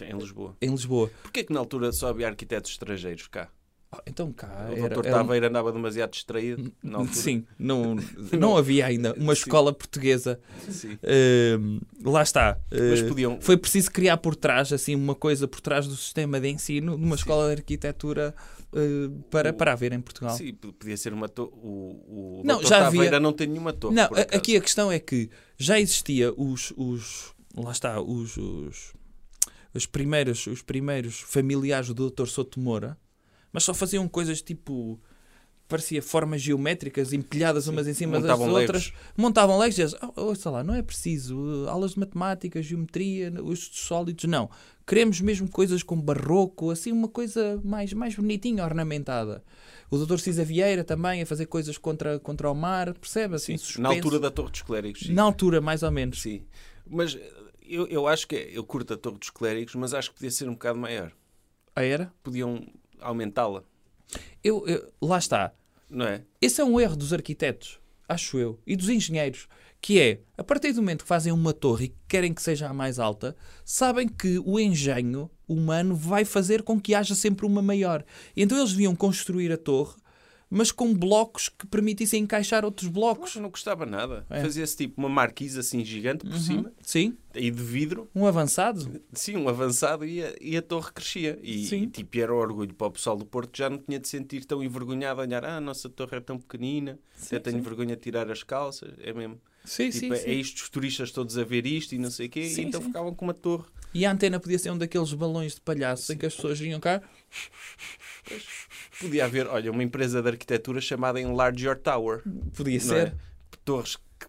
B: em Lisboa.
C: Em Lisboa.
B: Porquê que na altura só havia arquitetos estrangeiros cá?
C: Oh, então cá.
B: o
C: era,
B: doutor
C: era um-
B: Taveira andava demasiado distraído na altura.
C: Sim, não, não havia ainda uma
B: Sim.
C: escola portuguesa.
B: Sim.
C: Ahm, lá está.
B: Mas
C: Ah,
B: podiam...
C: Foi preciso criar por trás, assim, uma coisa por trás do sistema de ensino, de uma escola de arquitetura eh, para,
B: O-
C: para haver em Portugal.
B: Sim, p- podia ser uma torre. O, o
C: Não,
B: doutor
C: já havia-
B: Taveira não tem nenhuma torre,
C: Não,
B: por
C: a-
B: acaso.
C: aqui a questão é que já existia os, os lá está, os, os, os primeiros, os primeiros familiares do Dr. Soto Moura, mas só faziam coisas tipo parecia formas geométricas empilhadas umas em cima
B: montavam
C: das
B: legos.
C: outras. Montavam legos e eles, "Ah, ouça lá, não é preciso uh, aulas de matemática, geometria, os sólidos, não. Queremos mesmo coisas com barroco, assim uma coisa mais, mais bonitinha, ornamentada. O doutor Cisa Vieira também a fazer coisas contra, contra o mar, percebe? Assim, suspenso.
B: Na altura da Torre dos Clérigos. sim.
C: Na altura, mais ou menos.
B: Sim. Mas eh, eu, eu acho que é- eu curto a Torre dos Clérigos, mas acho que podia ser um bocado maior.
C: A
B: Ah,
C: era?
B: Podiam aumentá-la,
C: Eu, eu- lá está.
B: não é?
C: Esse é um erro dos arquitetos, acho eu, e dos engenheiros, que é, a partir do momento que fazem uma torre e que querem que seja a mais alta, sabem que o engenho humano vai fazer com que haja sempre uma maior. E então eles deviam construir a torre, mas com blocos que permitissem encaixar outros blocos.
B: Mas não custava nada.
C: É.
B: Fazia-se tipo uma marquise assim gigante
C: Uhum.
B: por cima
C: Sim,
B: e de vidro,
C: um avançado.
B: sim, um avançado e a, e a torre crescia. E,
C: Sim.
B: e, tipo era orgulho para o pessoal do Porto que já não tinha de sentir tão envergonhado a olhar, ah, a nossa torre é tão pequenina,
C: Sim,
B: até tenho
C: sim.
B: vergonha de tirar as calças, é mesmo.
C: Sim,
B: Tipo, é, é isto, os turistas todos a ver isto e não sei o quê, e
C: Sim,
B: então
C: sim.
B: ficavam com uma torre.
C: E a antena podia ser um daqueles balões de palhaço em que as pessoas vinham cá.
B: Podia haver, olha, uma empresa de arquitetura chamada Enlarge Your Tower.
C: Podia
B: não é?
C: ser.
B: Torres que,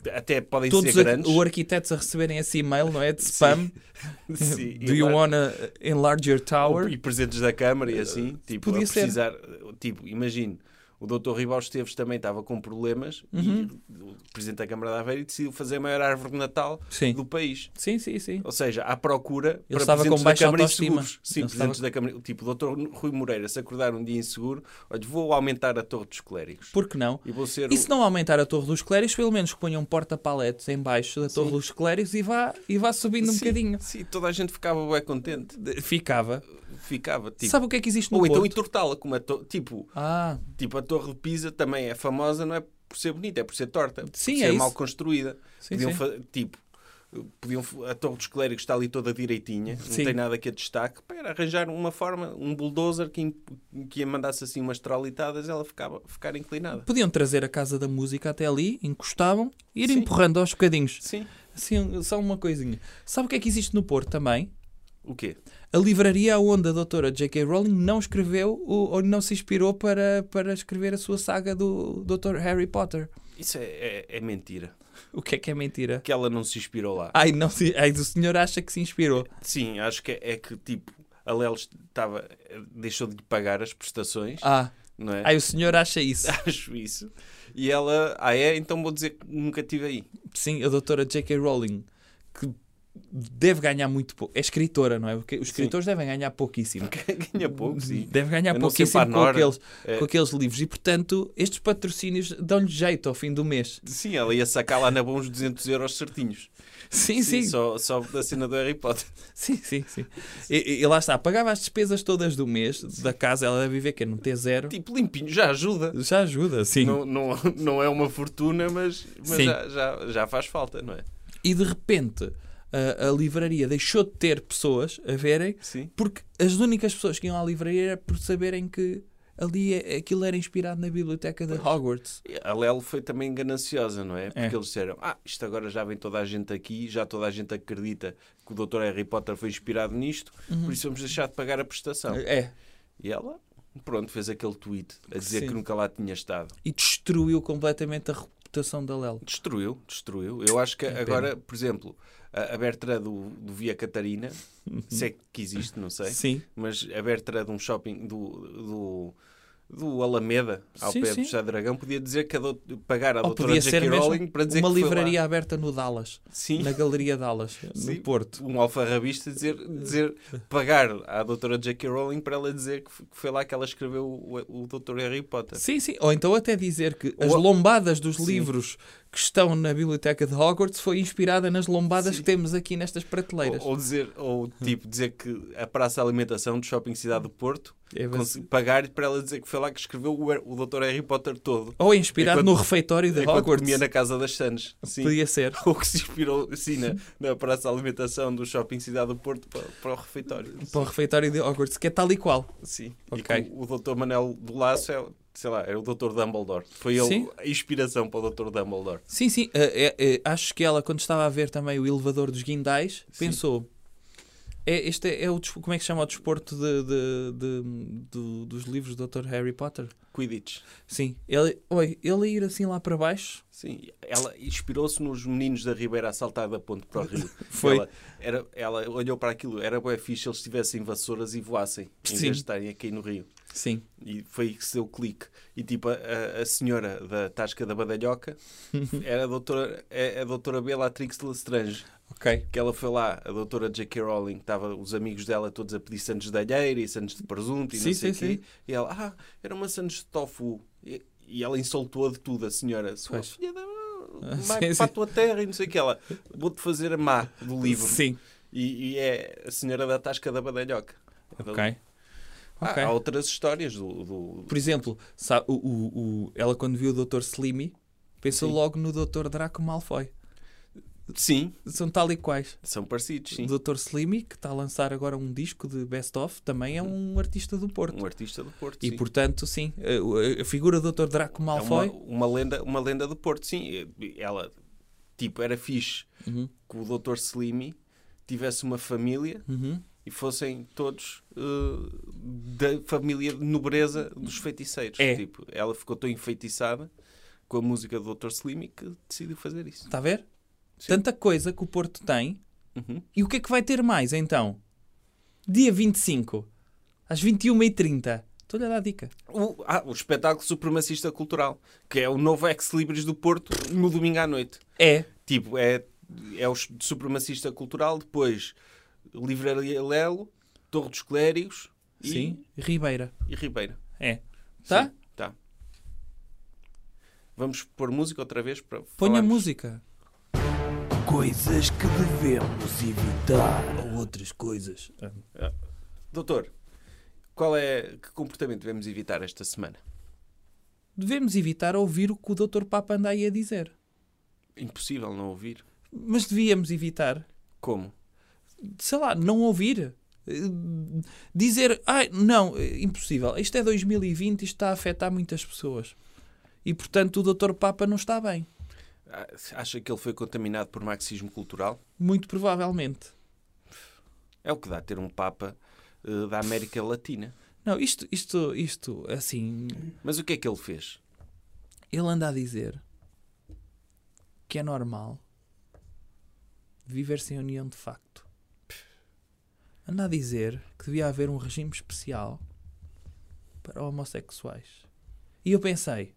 B: que até podem
C: Todos
B: ser
C: os ar-
B: grandes.
C: os arquitetos a receberem esse e-mail, não é? De spam.
B: Sim,
C: Do you
B: enlar-
C: wanna enlarge your tower?
B: E presentes da Câmara e assim. Tipo,
C: Uh, podia
B: a precisar. Tipo, imagino. O doutor Ribal Esteves também estava com problemas
C: Uhum.
B: e o Presidente da Câmara da Aveiro decidiu fazer a maior árvore de Natal
C: Sim.
B: do país.
C: Sim, sim, sim.
B: Ou seja, à procura para
C: estava
B: presidentes
C: com
B: da
C: baixa
B: Câmara
C: autoestima.
B: inseguros. Sim,
C: Ele
B: presidentes da Câmara. Tipo, o doutor Rui Moreira se acordar um dia inseguro, olha, vou aumentar a torre dos clérigos.
C: Por que não?
B: E vou ser
C: E
B: o-
C: se não aumentar a Torre dos Clérigos, pelo menos que ponham porta-paletes em baixo da Torre dos Clérigos e vá, e vá subindo um
B: Sim,
C: bocadinho.
B: Sim, toda a gente ficava bem contente.
C: Ficava.
B: Ficava, tipo.
C: Sabe o que é que existe no
B: ou então
C: Porto?
B: entortá-la, como a to... tipo,
C: Ah,
B: tipo, a Torre de Pisa também é famosa, não é por ser bonita, é por ser torta, por
C: Sim,
B: ser
C: é isso.
B: mal construída.
C: Sim,
B: podiam
C: sim.
B: fa- tipo, podiam fa- a Torre dos Clérigos está ali toda direitinha,
C: Sim.
B: não tem nada que a destaque. Pá, era arranjar uma forma, um bulldozer que, imp- que a mandasse assim umas tralitadas, ela ficava ficar inclinada.
C: podiam trazer a Casa da Música até ali, encostavam e ir
B: Sim.
C: empurrando aos bocadinhos.
B: Sim.
C: Assim, só uma coisinha. Sabe o que é que existe no Porto também?
B: O quê?
C: A livraria onde a doutora J.K. Rowling não escreveu o- ou não se inspirou para, para escrever a sua saga do Dr. Harry Potter.
B: Isso é, é- é mentira.
C: O que é que é mentira?
B: Que ela não se inspirou lá.
C: Ai, não se... Ai, o senhor acha que se inspirou.
B: Sim, acho que é, é que tipo, a Lel estava, eh, deixou de lhe pagar as prestações,
C: Ah,
B: não é?
C: ai, o senhor acha isso.
B: Acho isso. E ela, ah é? Então vou dizer que nunca tive aí.
C: Sim, a doutora J.K. Rowling, que deve ganhar muito pouco. É escritora, não é? Porque os escritores devem ganhar pouquíssimo.
B: Ganha pouco, sim.
C: Deve ganhar
B: A não ser
C: pouquíssimo
B: para a
C: com
B: Nora.
C: aqueles,
B: É.
C: com aqueles livros. E, portanto, estes patrocínios dão-lhe jeito ao fim do mês.
B: Sim, ela ia sacar lá na bons 200 euros certinhos.
C: Sim, sim. Sim,
B: Só, só da cena do Harry Potter.
C: sim, sim. E, e lá está. Pagava as despesas todas do mês da casa. Ela deve viver que não tem zero.
B: Tipo, limpinho, já ajuda.
C: Já ajuda, sim.
B: Não, não, não é uma fortuna, mas, mas
C: Sim.
B: já, já, já faz falta, não é?
C: E, de repente, a, a livraria deixou de ter pessoas a verem
B: Sim.
C: Porque as únicas pessoas que iam à livraria era por saberem que ali é- aquilo era inspirado na biblioteca de Hogwarts.
B: E A Lelo foi também gananciosa, não é? Porque
C: É.
B: eles disseram: Ah, isto agora já vem toda a gente aqui, já toda a gente acredita que o Dr. Harry Potter foi inspirado nisto,
C: Uhum.
B: por isso vamos deixar de pagar a prestação.
C: É.
B: E ela, pronto, fez aquele tweet a dizer
C: Sim.
B: que nunca lá tinha estado.
C: E destruiu completamente a reputação da Lelo.
B: Destruiu, destruiu. Eu acho que agora, por exemplo, a a Bertrand do, do Via Catarina, se é que existe, não sei,
C: Sim.
B: mas a Bertrand de um shopping do. do do Alameda, ao
C: Sim,
B: pé do
C: sim.
B: Estado Dragão, podia dizer que a do... pagar a
C: Ou
B: doutora
C: podia ser
B: J.K. Rowling
C: mesmo
B: para dizer
C: uma
B: que foi lá.
C: livraria aberta no Dallas,
B: Sim,
C: na Galeria Dallas,
B: Sim.
C: no Porto.
B: um alfarrabista dizer, dizer pagar à doutora J.K. Rowling para ela dizer que f- que foi lá que ela escreveu o, o Dr. Harry Potter.
C: Sim, sim. Ou então até dizer que as
B: Ou-
C: lombadas dos
B: Sim.
C: livros que estão na biblioteca de Hogwarts foi inspirada nas lombadas
B: Sim.
C: que temos aqui nestas prateleiras.
B: Ou, ou dizer, ou tipo, dizer que a Praça de Alimentação do Shopping Cidade do Porto
C: É bem-
B: consegui- pagar-lhe para ela dizer que foi lá que escreveu o, Her- o Dr. Harry Potter todo.
C: Ou é inspirado
B: Enquanto-
C: no refeitório de
B: Enquanto
C: Hogwarts.
B: comia na Casa das Sanas. Sim.
C: Podia ser.
B: Ou que se inspirou assim, na, na Praça de Alimentação do Shopping Cidade do Porto para, para o refeitório.
C: Para o refeitório de Hogwarts, que é tal e qual.
B: Sim. E
C: Ok.
B: que o, o Dr. Manel do Laço é, sei lá, é o Dr. Dumbledore. Foi ele
C: Sim.
B: a inspiração para o Dr. Dumbledore.
C: Sim, sim. eh, eh, eh, acho que ela, quando estava a ver também o elevador dos guindais, pensou: É, este é, é o, despo- como é que se chama o desporto de, de- de- do- dos livros do Dr. Harry Potter?
B: Quidditch.
C: Sim, ele, oi, ele ir assim lá para baixo.
B: Sim, ela inspirou-se nos meninos da Ribeira a saltar da ponte para o rio.
C: Foi.
B: Ela, era, ela olhou para aquilo, era bué fixe se eles tivessem vassouras e voassem, em
C: Sim.
B: vez de estarem aqui no rio.
C: Sim.
B: E foi aí que se deu o clique. E tipo, a- a, a senhora da Tasca da Badalhoca era a doutora, é a doutora Bellatrix Lestrange.
C: Ok.
B: Que ela foi lá, a doutora J.K. Rowling, estava os amigos dela todos a pedir sandes de alheira e sandes de presunto e
C: Sim,
B: não sei o
C: sim,
B: quê.
C: sim.
B: E ela, ah, era uma sandes de tofu. E, e ela insultou de tudo, a senhora. Sua
C: Pois.
B: filha da...
C: sim,
B: Vai para
C: sim.
B: a tua terra e não sei o que. Ela, vou-te fazer a má do livro.
C: Sim.
B: E, e é a senhora da Tasca da Badalhoca.
C: Ok.
B: Ah,
C: Ok.
B: Há outras histórias do... do-
C: Por exemplo, sa- o, o- o- ela quando viu o Dr. Slimy pensou
B: Sim.
C: logo no Dr. Draco Malfoy.
B: Sim,
C: São tal e quais.
B: são parecidos, sim.
C: O Dr. Slimy, que está a lançar agora um disco de Best Of, também é um artista do Porto.
B: Um artista do Porto,
C: E
B: sim.
C: portanto, sim, a- a figura do Dr. Draco
B: É
C: Malfoy.
B: uma, uma lenda, uma lenda do Porto, sim. Ela, tipo, era fixe
C: Uhum,
B: que o Dr. Slimy tivesse uma família
C: uhum.
B: e fossem todos eh, da família de nobreza dos feiticeiros.
C: É.
B: Tipo, ela ficou tão enfeitiçada com a música do Dr. Slimy que decidiu fazer isso.
C: Está a ver?
B: Sim.
C: Tanta coisa que o Porto tem.
B: Uhum.
C: E o que é que vai ter mais então? Dia 25, às 21h30. Estou-lhe a dar dica.
B: O, ah, o espetáculo Supremacista Cultural, que é o novo Ex Libris do Porto no domingo à noite.
C: É,
B: Tipo, é, é o supremacista cultural, depois Livraria Lelo, Torre dos Clérigos e,
C: sim, Ribeira.
B: e Ribeira.
C: É. Tá?
B: Sim, tá. Vamos pôr música outra vez para
C: Põe a
B: falarmos.
C: música.
D: Coisas que devemos evitar. Ou outras coisas.
B: Doutor, qual é que comportamento devemos evitar esta semana?
C: Devemos evitar ouvir o que o Dr. Papa anda aí a dizer.
B: Impossível não ouvir.
C: Mas devíamos evitar,
B: Como?
C: sei lá, não ouvir. Eh, Dizer, ai, não, eh, impossível. Isto é 2020, isto está a afetar muitas pessoas. E portanto o Dr. Papa não está bem.
B: Ah, Acha que ele foi contaminado por marxismo cultural?
C: Muito provavelmente.
B: É o que dá ter um Papa eh, da América Latina.
C: Não, isto, isto, isto, assim,
B: Mas o que é que ele fez?
C: ele anda a dizer que é normal viver sem união de facto. Anda a dizer que devia haver um regime especial para homossexuais. E eu pensei,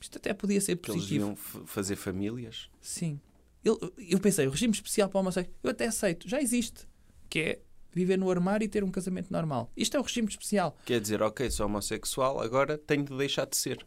C: isto até podia ser
B: Que eles
C: positivo.
B: iam f- fazer famílias?
C: Sim. Eu, eu pensei, o regime especial para homossexuais, eu até aceito, já existe. Que é viver no armário e ter um casamento normal. Isto é um regime especial.
B: Quer dizer, ok, sou homossexual, agora tenho de deixar de ser.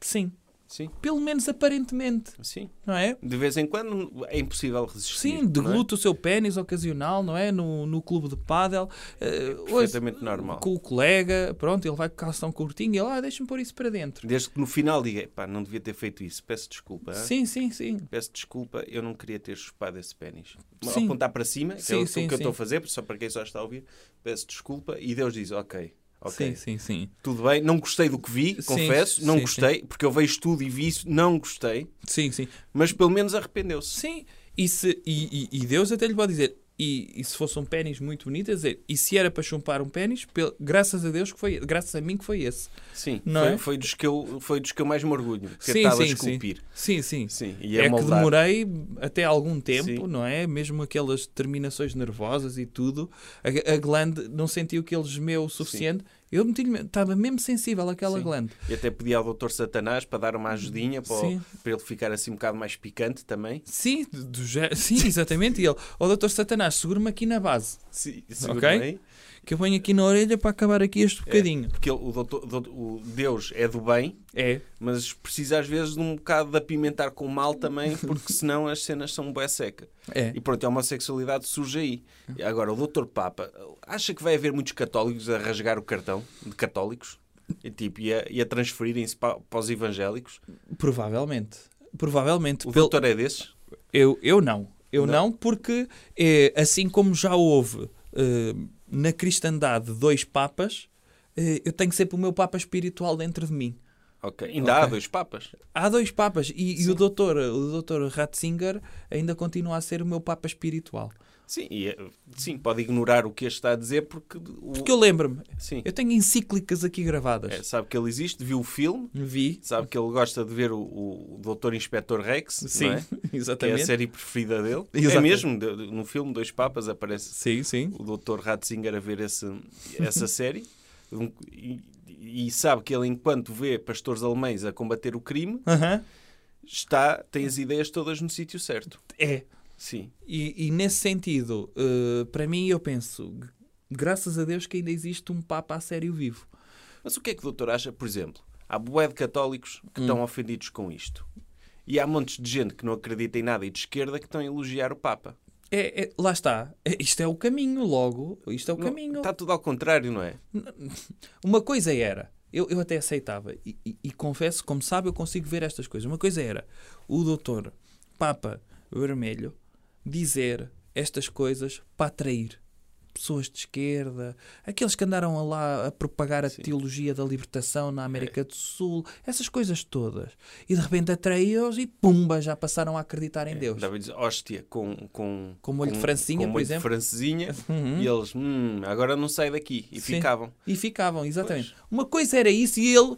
C: Sim.
B: Sim,
C: Pelo menos aparentemente.
B: sim.
C: não é?
B: De vez em quando é impossível resistir.
C: Sim,
B: não é?
C: degluta o seu pênis ocasional, não é? No, no clube de pádel. Eh, ouça,
B: perfeitamente normal.
C: Com o colega, pronto, ele vai com calção curtinho e ele, ah, deixa-me pôr isso para dentro.
B: Desde que no final diga, pá, não devia ter feito isso, peço desculpa. hã?
C: Sim, sim, sim.
B: Peço desculpa, eu não queria ter chupado esse pênis. Mas
C: Sim.
B: apontar para cima, que
C: Sim,
B: é o
C: sim,
B: que eu estou a
C: sim.
B: fazer, só para quem só está a ouvir, peço desculpa e Deus diz, ok, ok,
C: Sim, sim, sim.
B: tudo bem, não gostei do que vi,
C: Sim,
B: confesso, não
C: sim,
B: gostei, porque eu vejo tudo e vi isso, não gostei,
C: Sim, sim.
B: mas pelo menos arrependeu-se.
C: Sim, e, se, e, e- e Deus até lhe pode dizer, e, e se fosse um pênis muito bonito, é dizer, e se era para chumpar um pênis, pel- graças a Deus que foi, graças a mim que foi esse.
B: Sim,
C: Não
B: foi,
C: é?
B: foi dos que eu, foi dos que eu mais me orgulho, ter
C: Sim,
B: estado a
C: sim, sim.
B: esculpir.
C: Sim, sim.
B: Sim, e a
C: É que
B: moldar.
C: demorei até algum tempo,
B: Sim.
C: não é? Mesmo aquelas terminações nervosas e tudo, a, a glande não sentiu que ele gemeu o suficiente. Eu meti-lhe- estava mesmo sensível àquela
B: Sim.
C: glande.
B: E até pedi ao Dr. Satanás para dar uma ajudinha para, o-
C: Sim.
B: para ele ficar assim um bocado mais picante também.
C: Sim, do- do gé- sim, exatamente. E ele, ó doutor Satanás, segura-me aqui na base,
B: Sim,
C: Ok. que eu venho aqui na orelha para acabar aqui este
B: É.
C: bocadinho.
B: Porque ele- o, doutor- doutor- o Deus é do bem,
C: É,
B: mas precisa às vezes de um bocado de apimentar com o mal também, porque senão as cenas são bué seca.
C: é.
B: E pronto, a homossexualidade surge aí. E Agora, o Dr. Papa, acha que vai haver muitos católicos a rasgar o cartão de católicos? E, tipo, e a, e a transferirem-se pa- para, os evangélicos?
C: Provavelmente. Provavelmente.
B: O
C: Pelo-
B: doutor é desses?
C: Eu, eu não. Eu
B: Não?
C: não, porque eh, assim como já houve eh, na cristandade dois papas, eh, eu tenho sempre o meu papa espiritual dentro de mim.
B: Ok. Ainda há
C: Ok.
B: dois papas.
C: Há dois papas e, e o doutor, o doutor Ratzinger ainda continua a ser o meu papa espiritual.
B: Sim, e, eh, sim, pode ignorar o que este está a dizer porque. O...
C: Porque eu lembro-me,
B: Sim,
C: eu tenho encíclicas aqui gravadas.
B: É, sabe que ele existe, viu o filme,
C: Vi.
B: sabe que ele gosta de ver o, o Doutor Inspector Rex,
C: Sim,
B: não é? que é a
C: exatamente.
B: série preferida dele. É
C: Exatamente.
B: mesmo, de- de- no filme Dois Papas aparece
C: Sim, sim.
B: o Dr. Ratzinger a ver esse, essa série Um, e, e sabe que ele, enquanto vê pastores alemães a combater o crime,
C: Aham.
B: está, tem as ideias todas no sítio certo.
C: É.
B: Sim,
C: E, e nesse sentido, eh, para mim, eu penso, g- graças a Deus que ainda existe um Papa a sério vivo.
B: Mas o que é que o doutor acha, por exemplo? Há bué de católicos que
C: Hum.
B: estão ofendidos com isto. E há montes de gente que não acredita em nada e de esquerda que estão a elogiar o Papa.
C: É, é- lá está. É, isto é o caminho, logo. Isto é o
B: Não- tá-
C: caminho.
B: Está tudo ao contrário, não é?
C: Uma coisa era, eu, eu até aceitava, e, e- e confesso, como sabe, eu consigo ver estas coisas. Uma coisa era o doutor Papa Vermelho dizer estas coisas para atrair pessoas de esquerda, aqueles que andaram a lá a propagar a teologia da libertação na América do Sul, essas coisas todas. E de repente atraiu-os e pumba, já passaram a acreditar em Deus.
B: Dava-lhes hóstia com, com,
C: Com molho de francesinha,
B: com
C: por
B: molho de
C: exemplo. Uhum.
B: francesinha, e eles, "Hum, agora não sai daqui. E
C: Sim.
B: ficavam.
C: E ficavam, exatamente. Uma coisa era isso e ele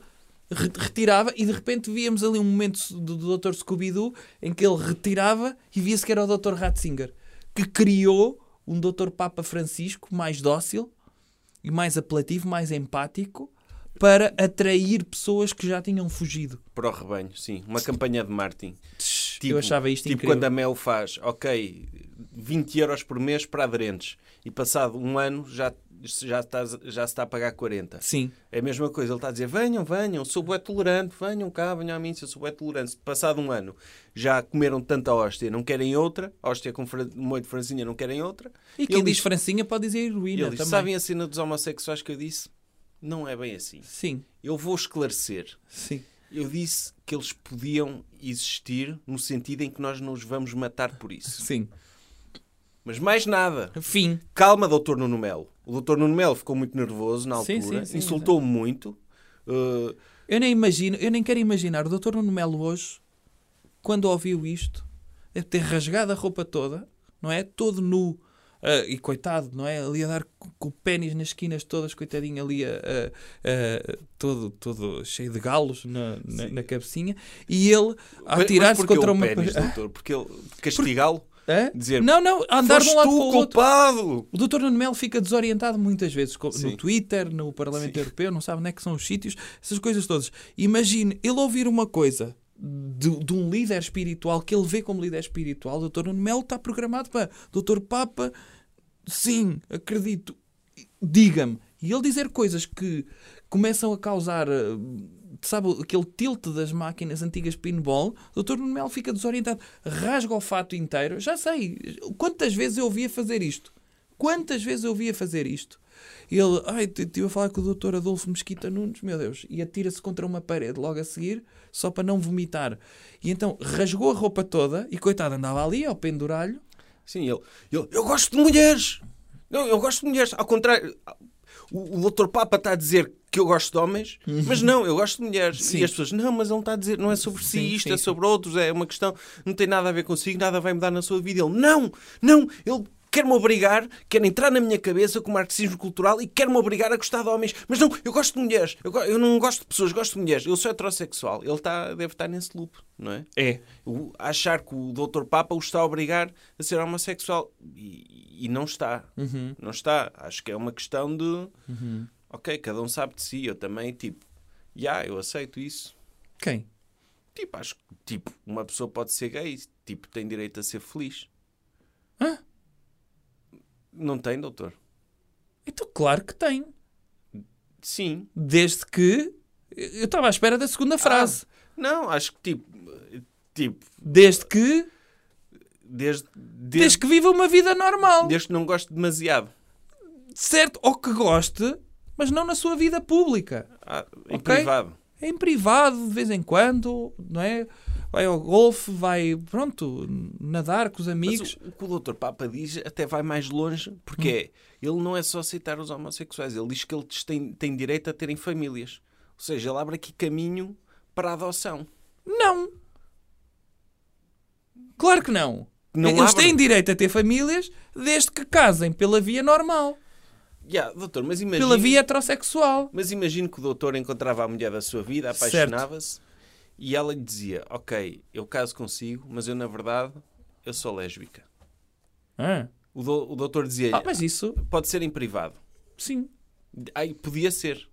C: re- retirava e de repente víamos ali um momento do, do Dr. Scooby-Doo em que ele retirava e via-se que era o Dr. Ratzinger, que criou um Dr. Papa Francisco mais dócil e mais apelativo, mais empático, para atrair pessoas que já tinham fugido.
B: Para o rebanho, sim. Uma campanha de Martin.
C: Eu achava isto
B: tipo
C: incrível.
B: quando a Mel faz, ok, 20 euros por mês para aderentes. E passado um ano já, já, estás, já se está a pagar 40.
C: Sim.
B: É a mesma coisa, ele está a dizer: venham, venham, sou bué tolerante, venham cá, venham à missa, sou bué tolerante. Se Passado um ano, já comeram tanta hóstia, não querem outra, hóstia com fran... molho de franzinha, não querem outra.
C: E quem
B: Ele
C: diz francinha pode dizer
B: e
C: heroína
B: ele diz,
C: também.
B: sabem a cena dos homossexuais que eu disse? Não é bem assim.
C: Sim,
B: Eu vou esclarecer.
C: sim.
B: Eu disse que eles podiam existir no sentido em que nós não os vamos matar por isso.
C: Sim.
B: Mas mais nada.
C: Fim.
B: Calma, doutor Nuno Melo. O doutor Nuno Melo ficou muito nervoso na
C: Sim,
B: altura,
C: sim, sim,
B: insultou-me muito. Uh,
C: Eu nem imagino, eu nem quero imaginar o Dr. Nuno Melo hoje, quando ouviu isto, deve ter rasgado a roupa toda, não é? Todo nu. ah, e coitado, não é? Ali a dar co- com o pênis nas esquinas todas, coitadinho ali, a, a- a- todo, todo cheio de galos na, na, na cabecinha. E ele a
B: Mas-
C: atirar-se
B: mas porquê
C: contra
B: o
C: uma.
B: Pênis, doutor? Porque ele castigá-lo?
C: Hã?
B: Dizer,
C: não, não, a andar de um
B: Foste
C: lado
B: tu
C: para o
B: o
C: outro.
B: culpado!
C: O Dr. Nuno Melo fica desorientado muitas vezes co-
B: Sim.
C: no Twitter, no Parlamento Europeu, não sabe onde é que são os sítios, essas coisas todas. Imagine ele ouvir uma coisa de, de um líder espiritual que ele vê como líder espiritual. O Dr. Nuno Melo está programado para Dr. Papa, sim, acredito, diga-me. E ele dizer coisas que começam a causar, eh, sabe, aquele tilt das máquinas antigas pinball, o Dr. Nuno Melo fica desorientado, rasga o fato inteiro. Já sei, quantas vezes eu ouvia fazer isto? Quantas vezes eu ouvia fazer isto? Ele, ai, estive a falar com o Dr. Adolfo Mesquita Nunes, meu Deus, e atira-se contra uma parede logo a seguir, só para não vomitar. E então rasgou a roupa toda e, coitado, andava ali ao penduralho.
B: Sim, ele, ele, eu gosto de mulheres! Não, eu gosto de mulheres. Ao contrário, o, o doutor Papa está a dizer que eu gosto de homens, mas não, eu gosto de mulheres.
C: Uhum. Sim.
B: E as pessoas, não, mas ele está a dizer, não é sobre si,
C: Sim,
B: isto
C: sim,
B: é
C: sim.
B: sobre outros, é uma questão, não tem nada a ver consigo, nada vai mudar na sua vida. Ele, não, não, ele quer-me obrigar, quer entrar na minha cabeça com o marxismo cultural e quer-me obrigar a gostar de homens. Mas não, eu gosto de mulheres, eu, go- eu não gosto de pessoas, gosto de mulheres, eu sou heterossexual. Ele está, deve estar nesse loop, não é?
C: É.
B: o- achar que o Dr. Papa o está a obrigar a ser homossexual. E, e não está.
C: Uhum.
B: Não está. Acho que é uma questão de. Ok, cada um sabe de si. Eu também, tipo, já, eu aceito isso.
C: Quem?
B: Tipo, acho que tipo, uma pessoa pode ser gay, tipo, tem direito a ser feliz.
C: Hã?
B: Não tem, doutor?
C: Então, claro que tem.
B: Sim.
C: Desde que. Eu estava à espera da
B: Ah.
C: segunda frase.
B: Não, acho que tipo. eh, Tipo,
C: Desde que.
B: desde, desde,
C: Desde que viva uma vida normal.
B: desde que não gosto demasiado.
C: Certo, ou que goste, mas não na sua vida pública.
B: Ah, em
C: Ok.
B: privado.
C: Em privado, de vez em quando, não é? Vai ao golfe, vai, pronto, nadar com os
B: Mas
C: amigos.
B: o, o que o Dr. Papa diz até vai mais longe,
C: Hum.
B: porque é, ele não é só aceitar os homossexuais, ele diz que eles têm, têm direito a terem famílias. Ou seja, ele abre aqui caminho para a adoção.
C: Não. Claro que não.
B: não
C: Eles
B: abrem.
C: têm direito a ter famílias desde que casem pela via normal,
B: Yeah, doutor, mas imagina...
C: pela via heterossexual.
B: Mas imagino que o doutor encontrava a mulher da sua vida, apaixonava-se e ela lhe dizia: Ok, eu caso consigo, mas eu na verdade eu sou lésbica.
C: Ah,
B: O, do- o doutor dizia-lhe:
C: Ah, mas isso,
B: Pode ser em privado.
C: sim.
B: Ai, podia ser,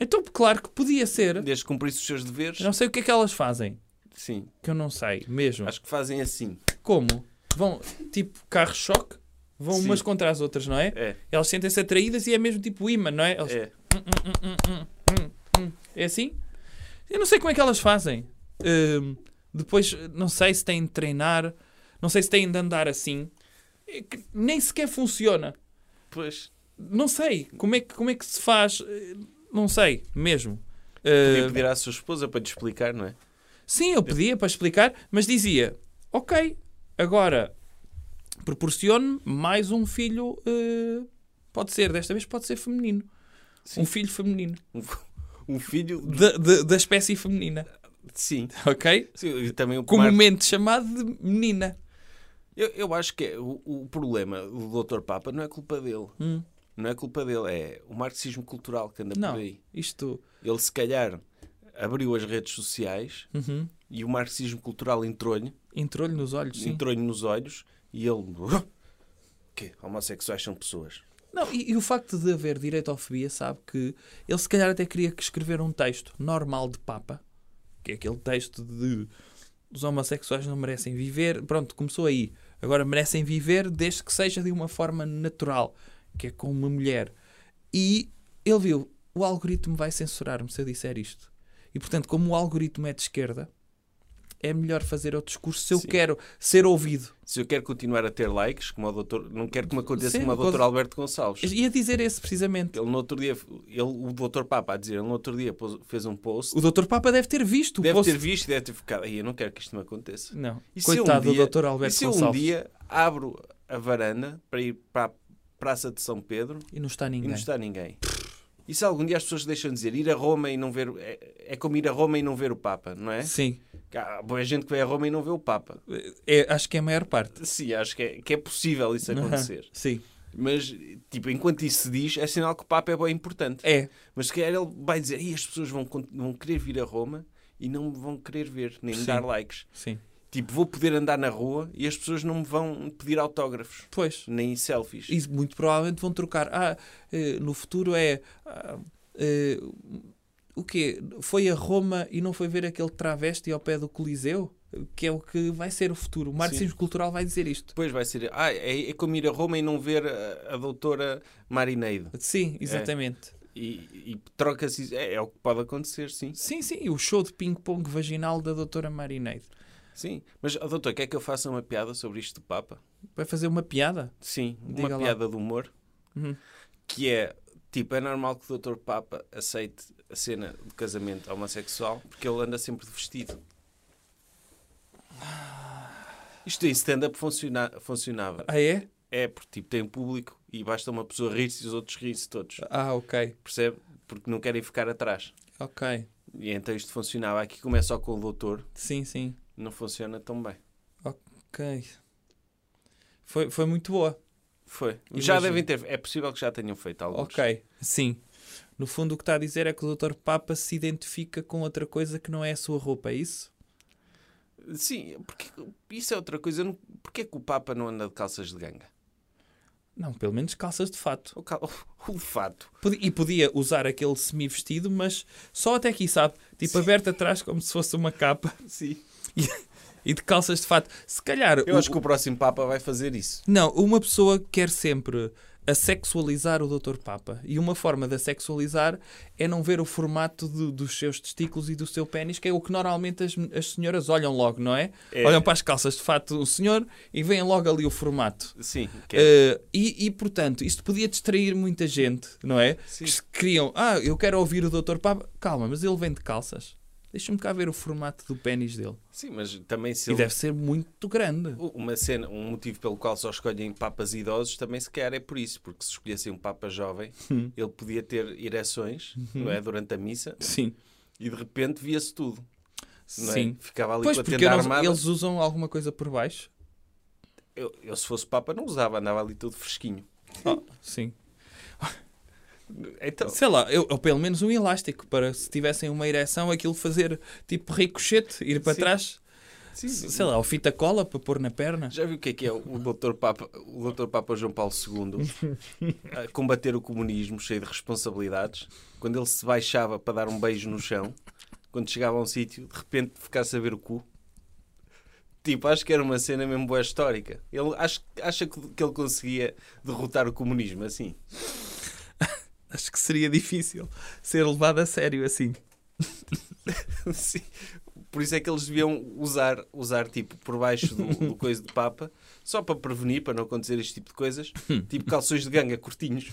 C: Então, claro que podia ser.
B: desde que cumprisse os seus deveres.
C: Eu não sei o que é que elas fazem.
B: Sim,
C: Que eu não sei, mesmo.
B: acho que fazem assim.
C: Como? Vão, tipo, carro-choque, vão
B: Sim.
C: umas contra as outras, não é?
B: É,
C: Elas sentem-se atraídas e é mesmo tipo imã, não é? Elas-
B: é.
C: É assim? Eu não sei como é que elas fazem. Hum, depois, não sei se têm de treinar, não sei se têm de andar assim. É que nem sequer funciona.
B: Pois,
C: Não sei. Como é que, como é que se faz? Eh, Não sei, mesmo.
B: podia
C: Eh,
B: pedir à sua esposa para lhe explicar, não é?
C: Sim, eu pedia para explicar, mas dizia: Ok, agora proporcione-me mais um filho. eh, pode ser, desta vez pode ser feminino. Um filho feminino.
B: Um, um filho. de-
C: Da, da, da espécie feminina.
B: Sim,
C: Ok?
B: sim e também o Marco-
C: comumente chamado de menina.
B: Eu, eu acho que é, o, o problema do Dr. Papa não é culpa dele.
C: Hum.
B: Não é culpa dele, é o marxismo cultural que anda
C: Não,
B: por aí.
C: isto.
B: Ele, se calhar, abriu as redes sociais
C: Uhum.
B: e o marxismo cultural entrou-lhe,
C: Entrou-lhe nos olhos, sim.
B: entrou-lhe nos olhos e ele. que Homossexuais são pessoas.
C: Não, e, e o facto de haver direitofobia sabe que ele se calhar até queria que escrever um texto normal de Papa, que é aquele texto de os homossexuais não merecem viver. Pronto, começou aí. Agora merecem viver desde que seja de uma forma natural, que é com uma mulher. E ele viu, o algoritmo vai censurar-me se eu disser isto. E portanto, como o algoritmo é de esquerda, é melhor fazer o discurso se eu
B: Sim.
C: quero ser ouvido.
B: Se eu quero continuar a ter likes, como o doutor, não quero que me aconteça
C: Sim,
B: como o
C: coisa-
B: doutor Alberto Gonçalves.
C: Ia dizer esse precisamente.
B: Ele no outro dia, ele, o doutor Papa a dizer, ele no outro dia pôs- fez um post,
C: O Dr. Papa deve ter visto
B: deve
C: o post
B: ter visto e deve ter ficado. "Ai, Eu não quero que isto me aconteça.
C: Não.
B: E se eu
C: Coitado
B: um dia,
C: do Dr.
B: e
C: Alberto
B: se eu um
C: Gonçalves.
B: dia abro a varanda para ir para a Praça de São Pedro
C: E não está
B: e
C: ninguém.
B: não está ninguém? E se algum dia as pessoas deixam de dizer ir a Roma e não ver. o- É, é como ir a Roma e não ver o Papa, não é?
C: Sim.
B: Há boa gente que vai a Roma e não vê o Papa.
C: É, acho que é a maior parte.
B: Sim, acho que é, que é possível isso acontecer.
C: Sim.
B: Mas, tipo, enquanto isso se diz, é sinal que o Papa é bem importante.
C: É.
B: Mas se calhar ele vai dizer, e as pessoas vão, con- vão querer vir a Roma e não me vão querer ver, nem me
C: Sim.
B: dar likes.
C: Sim.
B: Tipo, vou poder andar na rua e as pessoas não me vão pedir autógrafos,
C: Pois.
B: nem selfies.
C: E muito provavelmente vão trocar. Ah, eh, no futuro é. ah, eh, o quê? Foi a Roma e não foi ver aquele travesti ao pé do Coliseu? Que é o que vai ser o futuro. O marxismo cultural vai dizer isto.
B: Depois vai ser, ah, é, é como ir a Roma e não ver a, a doutora Marineide.
C: Sim, exatamente.
B: E, e troca-se, é, é o que pode acontecer, sim.
C: Sim, sim. O show de ping-pong vaginal da doutora Marineide.
B: Sim, mas ó, doutor, quer que eu faça uma piada sobre isto do Papa?
C: Vai fazer uma piada?
B: Sim, uma
C: Diga lá.
B: piada de humor,
C: Uhum.
B: que é, tipo, é normal que o doutor Papa aceite a cena do casamento homossexual, porque ele anda sempre de vestido. Isto em stand-up funciona- funcionava.
C: Ah, é?
B: É, porque tipo, tem um público e basta uma pessoa rir-se e os outros rirem-se todos.
C: Ah, ok.
B: Percebe? Porque não querem ficar atrás.
C: Ok.
B: E então isto funcionava. Aqui começa só com o doutor,
C: Sim, sim.
B: não funciona tão bem.
C: Ok. Foi, foi muito boa.
B: Foi.
C: Imagina.
B: Já devem ter. É possível que já tenham feito alguns.
C: Ok. Sim. No fundo, o que está a dizer é que o Dr. Papa se identifica com outra coisa que não é a sua roupa, é isso?
B: Sim, porque isso é outra coisa. Eu Não... Porquê que o Papa não anda de calças de ganga?
C: Não, pelo menos calças de fato.
B: O, cal... o fato.
C: Podi- E podia usar aquele semi-vestido, mas só até aqui, sabe? Tipo aberto atrás, como se fosse uma capa,
B: Sim.
C: e de calças de fato. Se calhar.
B: Eu
C: o-
B: acho que o próximo Papa vai fazer isso.
C: Não, uma pessoa quer sempre assexualizar o Dr. Papa. E uma forma de assexualizar é não ver o formato do- dos seus testículos e do seu pênis, que é o que normalmente as, as senhoras olham logo, não é?
B: É.
C: Olham para as calças de fato do senhor e veem logo ali o formato.
B: Sim. que é-
C: Eh, e, e, portanto, isto podia distrair muita gente, não é?
B: Sim.
C: Que se queriam, ah, eu quero ouvir o Dr. Papa. Calma, mas ele vem de calças. Deixa-me cá ver o formato do pênis dele.
B: Sim, mas também se
C: E
B: ele
C: deve ser muito grande.
B: Uma cena, um motivo pelo qual só escolhem papas idosos também se calhar é por isso, porque se escolhessem um papa jovem, ele podia ter ereções não é, durante a missa
C: Sim.
B: e de repente via-se tudo. não é?
C: Sim.
B: Ficava ali
C: Pois,
B: com a
C: porque
B: tenda
C: eram-
B: armada.
C: eles usam alguma coisa por baixo.
B: Eu, eu, se fosse Papa, não usava, andava ali todo fresquinho.
C: Sim.
B: Então,
C: Sei lá, eu, ou pelo menos um elástico para se tivessem uma ereção aquilo fazer tipo ricochete, ir para
B: Sim.
C: trás. Sei lá, ou fita cola para pôr na perna.
B: já viu o que é que é o Dr. Papa, o Dr. Papa João Paulo II a combater o comunismo cheio de responsabilidades? Quando ele se baixava para dar um beijo no chão, quando chegava a um sítio, de repente ficar a saber o cu. Tipo, acho que era uma cena mesmo boa histórica. Ele acho, acha que que ele conseguia derrotar o comunismo assim.
C: Acho que seria difícil ser levado a sério assim.
B: Sim. Assim, Por isso é que eles deviam usar, usar tipo, por baixo do, do coisa do Papa, só para prevenir, para não acontecer este tipo de coisas, tipo calções de ganga curtinhos.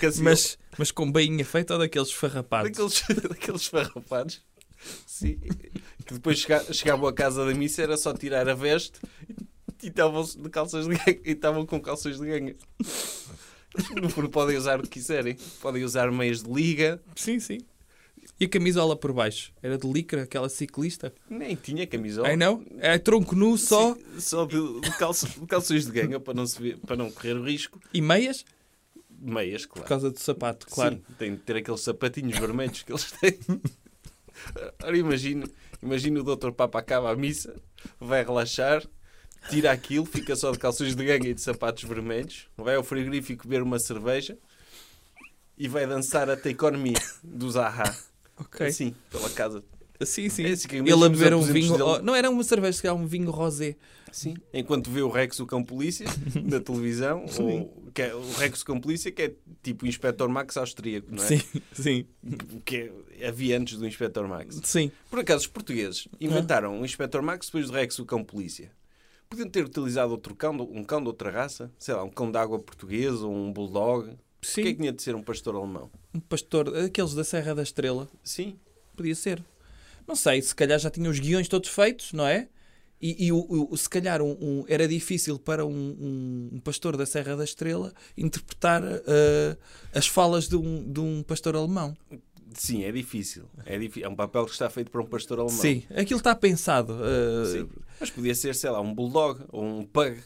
B: Que assim,
C: Mas, mas com bainha feita ou daqueles farrapados?
B: daqueles, daqueles farrapados. Sim. Que depois chega, chegavam à casa da missa, era só tirar a veste e estavam de calções de ganga, e estavam com calções de ganga. No fundo, podem usar o que quiserem. Podem usar meias de liga.
C: Sim, sim. E a camisola por baixo? Era de licra, aquela ciclista?
B: Nem tinha camisola.
C: Ai não? É tronco nu só
B: Sim, só de, de calço- de calções de ganga para não, se ver- para não correr o risco.
C: e meias?
B: Meias, claro.
C: Por causa do sapato, claro.
B: Sim, tem de ter aqueles sapatinhos vermelhos que eles têm. Ora, imagina, imagina o doutor Papa acaba a missa, vai relaxar, tira aquilo, fica só de calções de ganga e de sapatos vermelhos, vai ao frigorífico beber uma cerveja e vai dançar até a economia do Zaha.
C: Ok.
B: Assim, pela casa.
C: Sim, sim.
B: É assim que
C: Ele a
B: imagino os
C: beber um
B: aposentos
C: vinho.
B: dele.
C: oh, Não era uma cerveja, se calhar um vinho rosé.
B: Sim. Enquanto vê o Rex, o cão polícia, na televisão, ou, que é, o Rex, o cão polícia, que é tipo o Inspector Max austríaco, não é?
C: Sim, sim,
B: O que é- havia antes do Inspector Max.
C: sim.
B: Por acaso, os
C: Ah.
B: portugueses inventaram o Inspector Max depois do Rex, o cão polícia. Podiam ter utilizado outro cão, do- um cão de outra raça, sei lá, um cão de água portuguesa ou um bulldog.
C: Sim,
B: Porquê é que tinha de ser um pastor alemão?
C: um pastor, aqueles da Serra da Estrela,
B: Sim,
C: podia ser. Não sei, se calhar já tinham os guiões todos feitos, não é? E, e o, o- se calhar um, um- era difícil para um, um- um pastor da Serra da Estrela interpretar eh, as falas de um, de um pastor alemão.
B: sim, é difícil. É, difí- é um papel que está feito para um pastor alemão.
C: Sim, aquilo está pensado. eh,
B: Sim. Mas podia ser, sei lá, um bulldog ou um pug.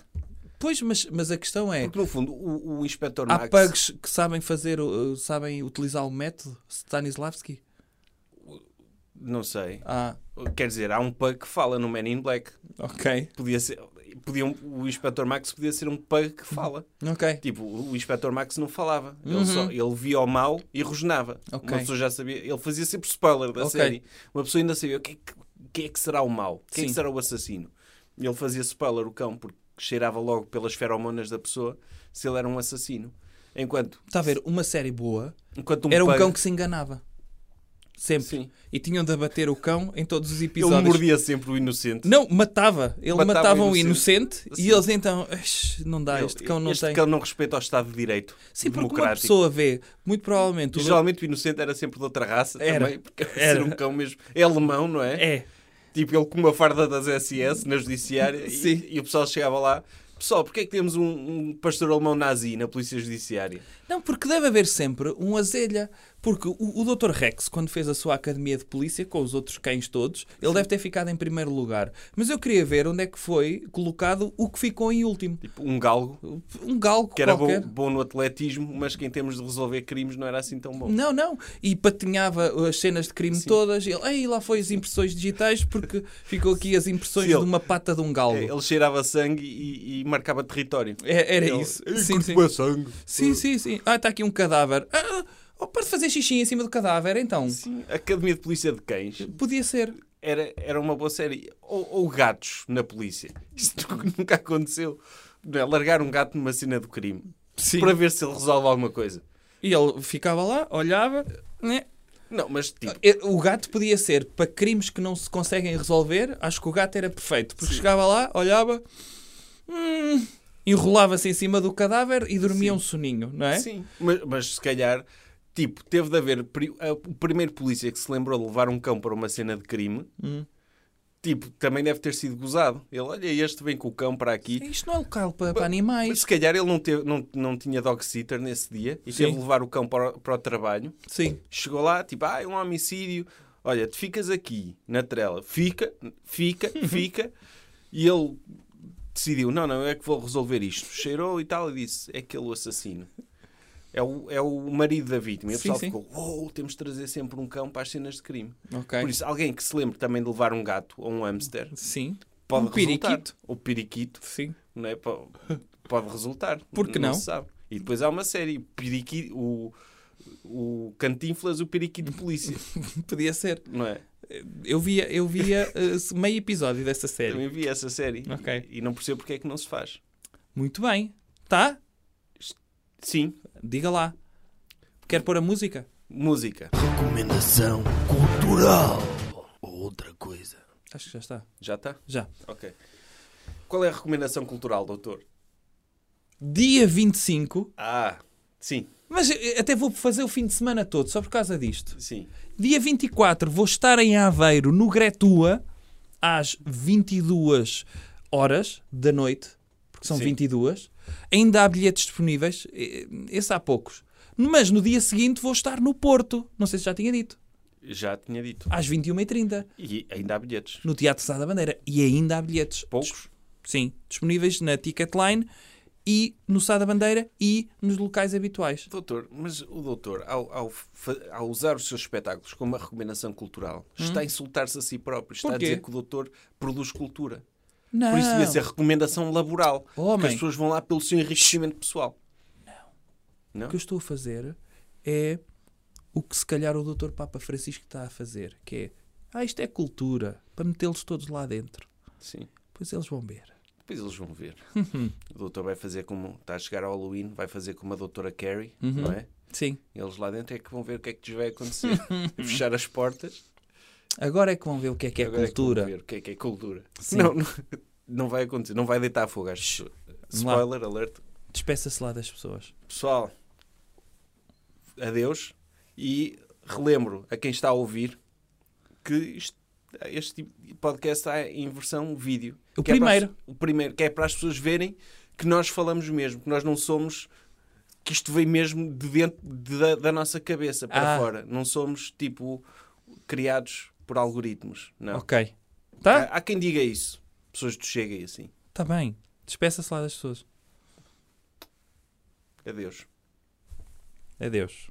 C: Pois, mas, mas a questão é.
B: Porque no fundo, o, o Inspector
C: Há
B: Max.
C: pugs que sabem fazer, o- eh, sabem utilizar o método Stanislavski?
B: Não sei.
C: Ah,
B: Quer dizer, há um pug que fala no Man in Black.
C: ok.
B: Podia ser, podia, o Inspector Max podia ser um pug que fala.
C: Ok.
B: Tipo, o Inspector Max não falava. Ele, só, ele via o mal e rosnava.
C: Uhum. Ok.
B: Uma pessoa já sabia. Ele fazia sempre spoiler da
C: Ok.
B: série. Uma pessoa ainda sabia o que é que, quem é que será o mal, quem é que
C: Sim.
B: será o assassino. E Ele fazia spoiler o cão porque cheirava logo pelas feromonas da pessoa se ele era um assassino. Enquanto,
C: Está a ver, uma série boa
B: enquanto um
C: era um
B: pug-
C: cão que se enganava. Sempre.
B: Sim.
C: E tinham de abater o cão em todos os
B: ele
C: episódios.
B: mordia sempre o inocente.
C: Não, matava. Ele matava,
B: Matava
C: um
B: o
C: inocente,
B: inocente.
C: e
B: Sim.
C: eles então. "Ixi, Não dá, este cão não
B: este
C: tem.
B: cão não respeita o Estado de Direito
C: Sim, porque uma
B: democrático.
C: pessoa vê, muito provavelmente.
B: E
C: o-
B: geralmente o inocente era sempre de outra raça
C: Era.
B: também, porque era,
C: Era.
B: ser um cão mesmo. É alemão, não é?
C: É.
B: Tipo, ele com uma farda das SS na judiciária
C: Sim.
B: e, e o pessoal chegava lá. Pessoal, porquê é que temos um, um pastor alemão nazi na polícia judiciária?
C: Não, porque deve haver sempre um azelha. Porque o, o Dr. Rex, quando fez a sua academia de polícia com os outros cães todos, ele deve ter ficado em primeiro lugar. Mas eu queria ver onde é que foi colocado o que ficou em último.
B: Tipo, um galgo
C: Um galgo
B: que era bom,
C: qualquer.
B: bom no atletismo, mas que em termos de resolver crimes não era assim tão bom.
C: Não, não. E patinhava as cenas de crime todas. E ele, Ei, lá foi as impressões digitais porque ficou aqui as impressões
B: Sim, ele-
C: de uma pata de um galgo.
B: É, Ele cheirava sangue e, e marcava território.
C: É- era
B: ele-
C: isso.
A: Ei,
C: Sim,
A: curto
C: sim.
A: bué é sangue.
C: sim, sim, sim. Ah, está aqui um cadáver. Ah, oh, para de fazer xixi em cima do cadáver, então.
B: Sim, assim, Academia de Polícia de Cães
C: Podia ser.
B: era, era uma boa série. Ou, ou gatos na polícia. Isto nunca aconteceu. Não é? Largar um gato numa cena do crime
C: Sim.
B: para ver se ele resolve alguma coisa.
C: E ele ficava lá, olhava. Né?
B: Não, mas tipo,
C: O gato podia ser para crimes que não se conseguem resolver. Acho que o gato era perfeito. Porque chegava lá, olhava. hum, Enrolava-se em cima do cadáver e dormia um soninho, não é?
B: Sim, mas, mas se calhar, tipo, teve de haver pri- a- o primeiro polícia que se lembrou de levar um cão para uma cena de crime.
C: Hum.
B: Tipo, também deve ter sido gozado. Ele, olha, este vem com o cão para aqui.
C: Isto não é local para, para
B: Mas
C: animais.
B: se calhar ele não, teve, não, não tinha dog sitter nesse dia e
C: Sim.
B: teve de levar o cão para, o- para o trabalho.
C: Sim.
B: Chegou lá, tipo, ah, é um homicídio. Olha, tu ficas aqui na trela. Fica, fica, fica. e ele decidiu, não, não, eu é que vou resolver isto. Cheirou e tal e disse, é aquele o assassino. É o, é o marido da vítima. E o
C: Sim,
B: pessoal
C: sim.
B: ficou, uou, temos de trazer sempre um cão para as cenas de crime.
C: Ok.
B: Por isso, alguém que se lembre também de levar um gato ou um hamster,
C: Sim.
B: pode
C: É. Um
B: resultar.
C: periquito.
B: Ou periquito,
C: Sim.
B: não é? Po- Pode resultar.
C: Por que não?
B: se sabe. E depois há uma série, o periquito, o, o Cantinflas, o periquito de polícia,
C: Podia ser.
B: não é?
C: Eu via, eu via eh, meio episódio dessa série.
B: Também vi essa série
C: Ok.
B: e, e não percebo porque é que não se faz.
C: Muito bem. Tá?
B: Sim,
C: Diga lá. Quer pôr a música?
B: música.
D: Recomendação cultural. Ou outra coisa.
C: Acho que já está.
B: Já está?
C: Já.
B: Ok. Qual é a recomendação cultural, doutor?
C: Dia 25.
B: Ah, sim,
C: Mas eh, até vou fazer o fim de semana todo, só por causa disto.
B: sim.
C: Dia 24 vou estar em Aveiro, no Gretua, às 22 horas da noite, porque são
B: Sim.
C: 22. Ainda há bilhetes disponíveis, eh, esse há poucos. Mas no dia seguinte vou estar no Porto, não sei se já tinha dito,
B: Já tinha dito.
C: às 21h30,
B: E ainda há bilhetes.
C: no Teatro Sá da Bandeira. E ainda há bilhetes.
B: Poucos?
C: Sim, disponíveis na Ticketline e no Sá da Bandeira e nos locais habituais.
B: Doutor, mas o doutor, ao, ao fa- ao usar os seus espetáculos como uma recomendação cultural, está a insultar-se a si próprio. Está a
C: Hum? Porquê? Ah.
B: dizer que o doutor produz cultura.
C: Não.
B: Por isso devia ser recomendação laboral. Porque
C: Homem.
B: as pessoas vão lá pelo seu enriquecimento pessoal.
C: O que eu estou a fazer é o que se calhar o Dr. Papa Francisco está a fazer, que é, ah, isto é cultura, para metê-los todos lá dentro.
B: Sim.
C: Pois eles vão ver.
B: Depois eles vão ver.
C: Uhum.
B: o doutor vai fazer como. Está a chegar ao Halloween, vai fazer como a doutora Carrie,
C: Uhum.
B: não é?
C: Sim.
B: Eles lá dentro é que vão ver o que é que lhes vai acontecer. Fechar as portas.
C: Agora é que vão ver o que é que é
B: agora é que vão
C: cultura.
B: ver o que é que é cultura. Não, não, não vai acontecer. Não vai deitar fogo às pessoas.
C: Vamos lá.
B: Spoiler alert.
C: Despeça-se lá das pessoas.
B: Pessoal, adeus. E relembro a quem está a ouvir que isto- este tipo de podcast está em versão vídeo.
C: O
B: Que é para as-
C: primeiro.
B: o primeiro, que é para as pessoas verem que nós falamos mesmo, que nós não somos. que isto vem mesmo de dentro de- da, da nossa cabeça para
C: Ah.
B: fora. Não somos tipo criados por algoritmos. Não.
C: Ok.
B: Há,
C: Tá?
B: há quem diga isso. Pessoas do Chega e assim.
C: Tá bem. Despeça-se lá das pessoas.
B: Adeus.
C: Adeus.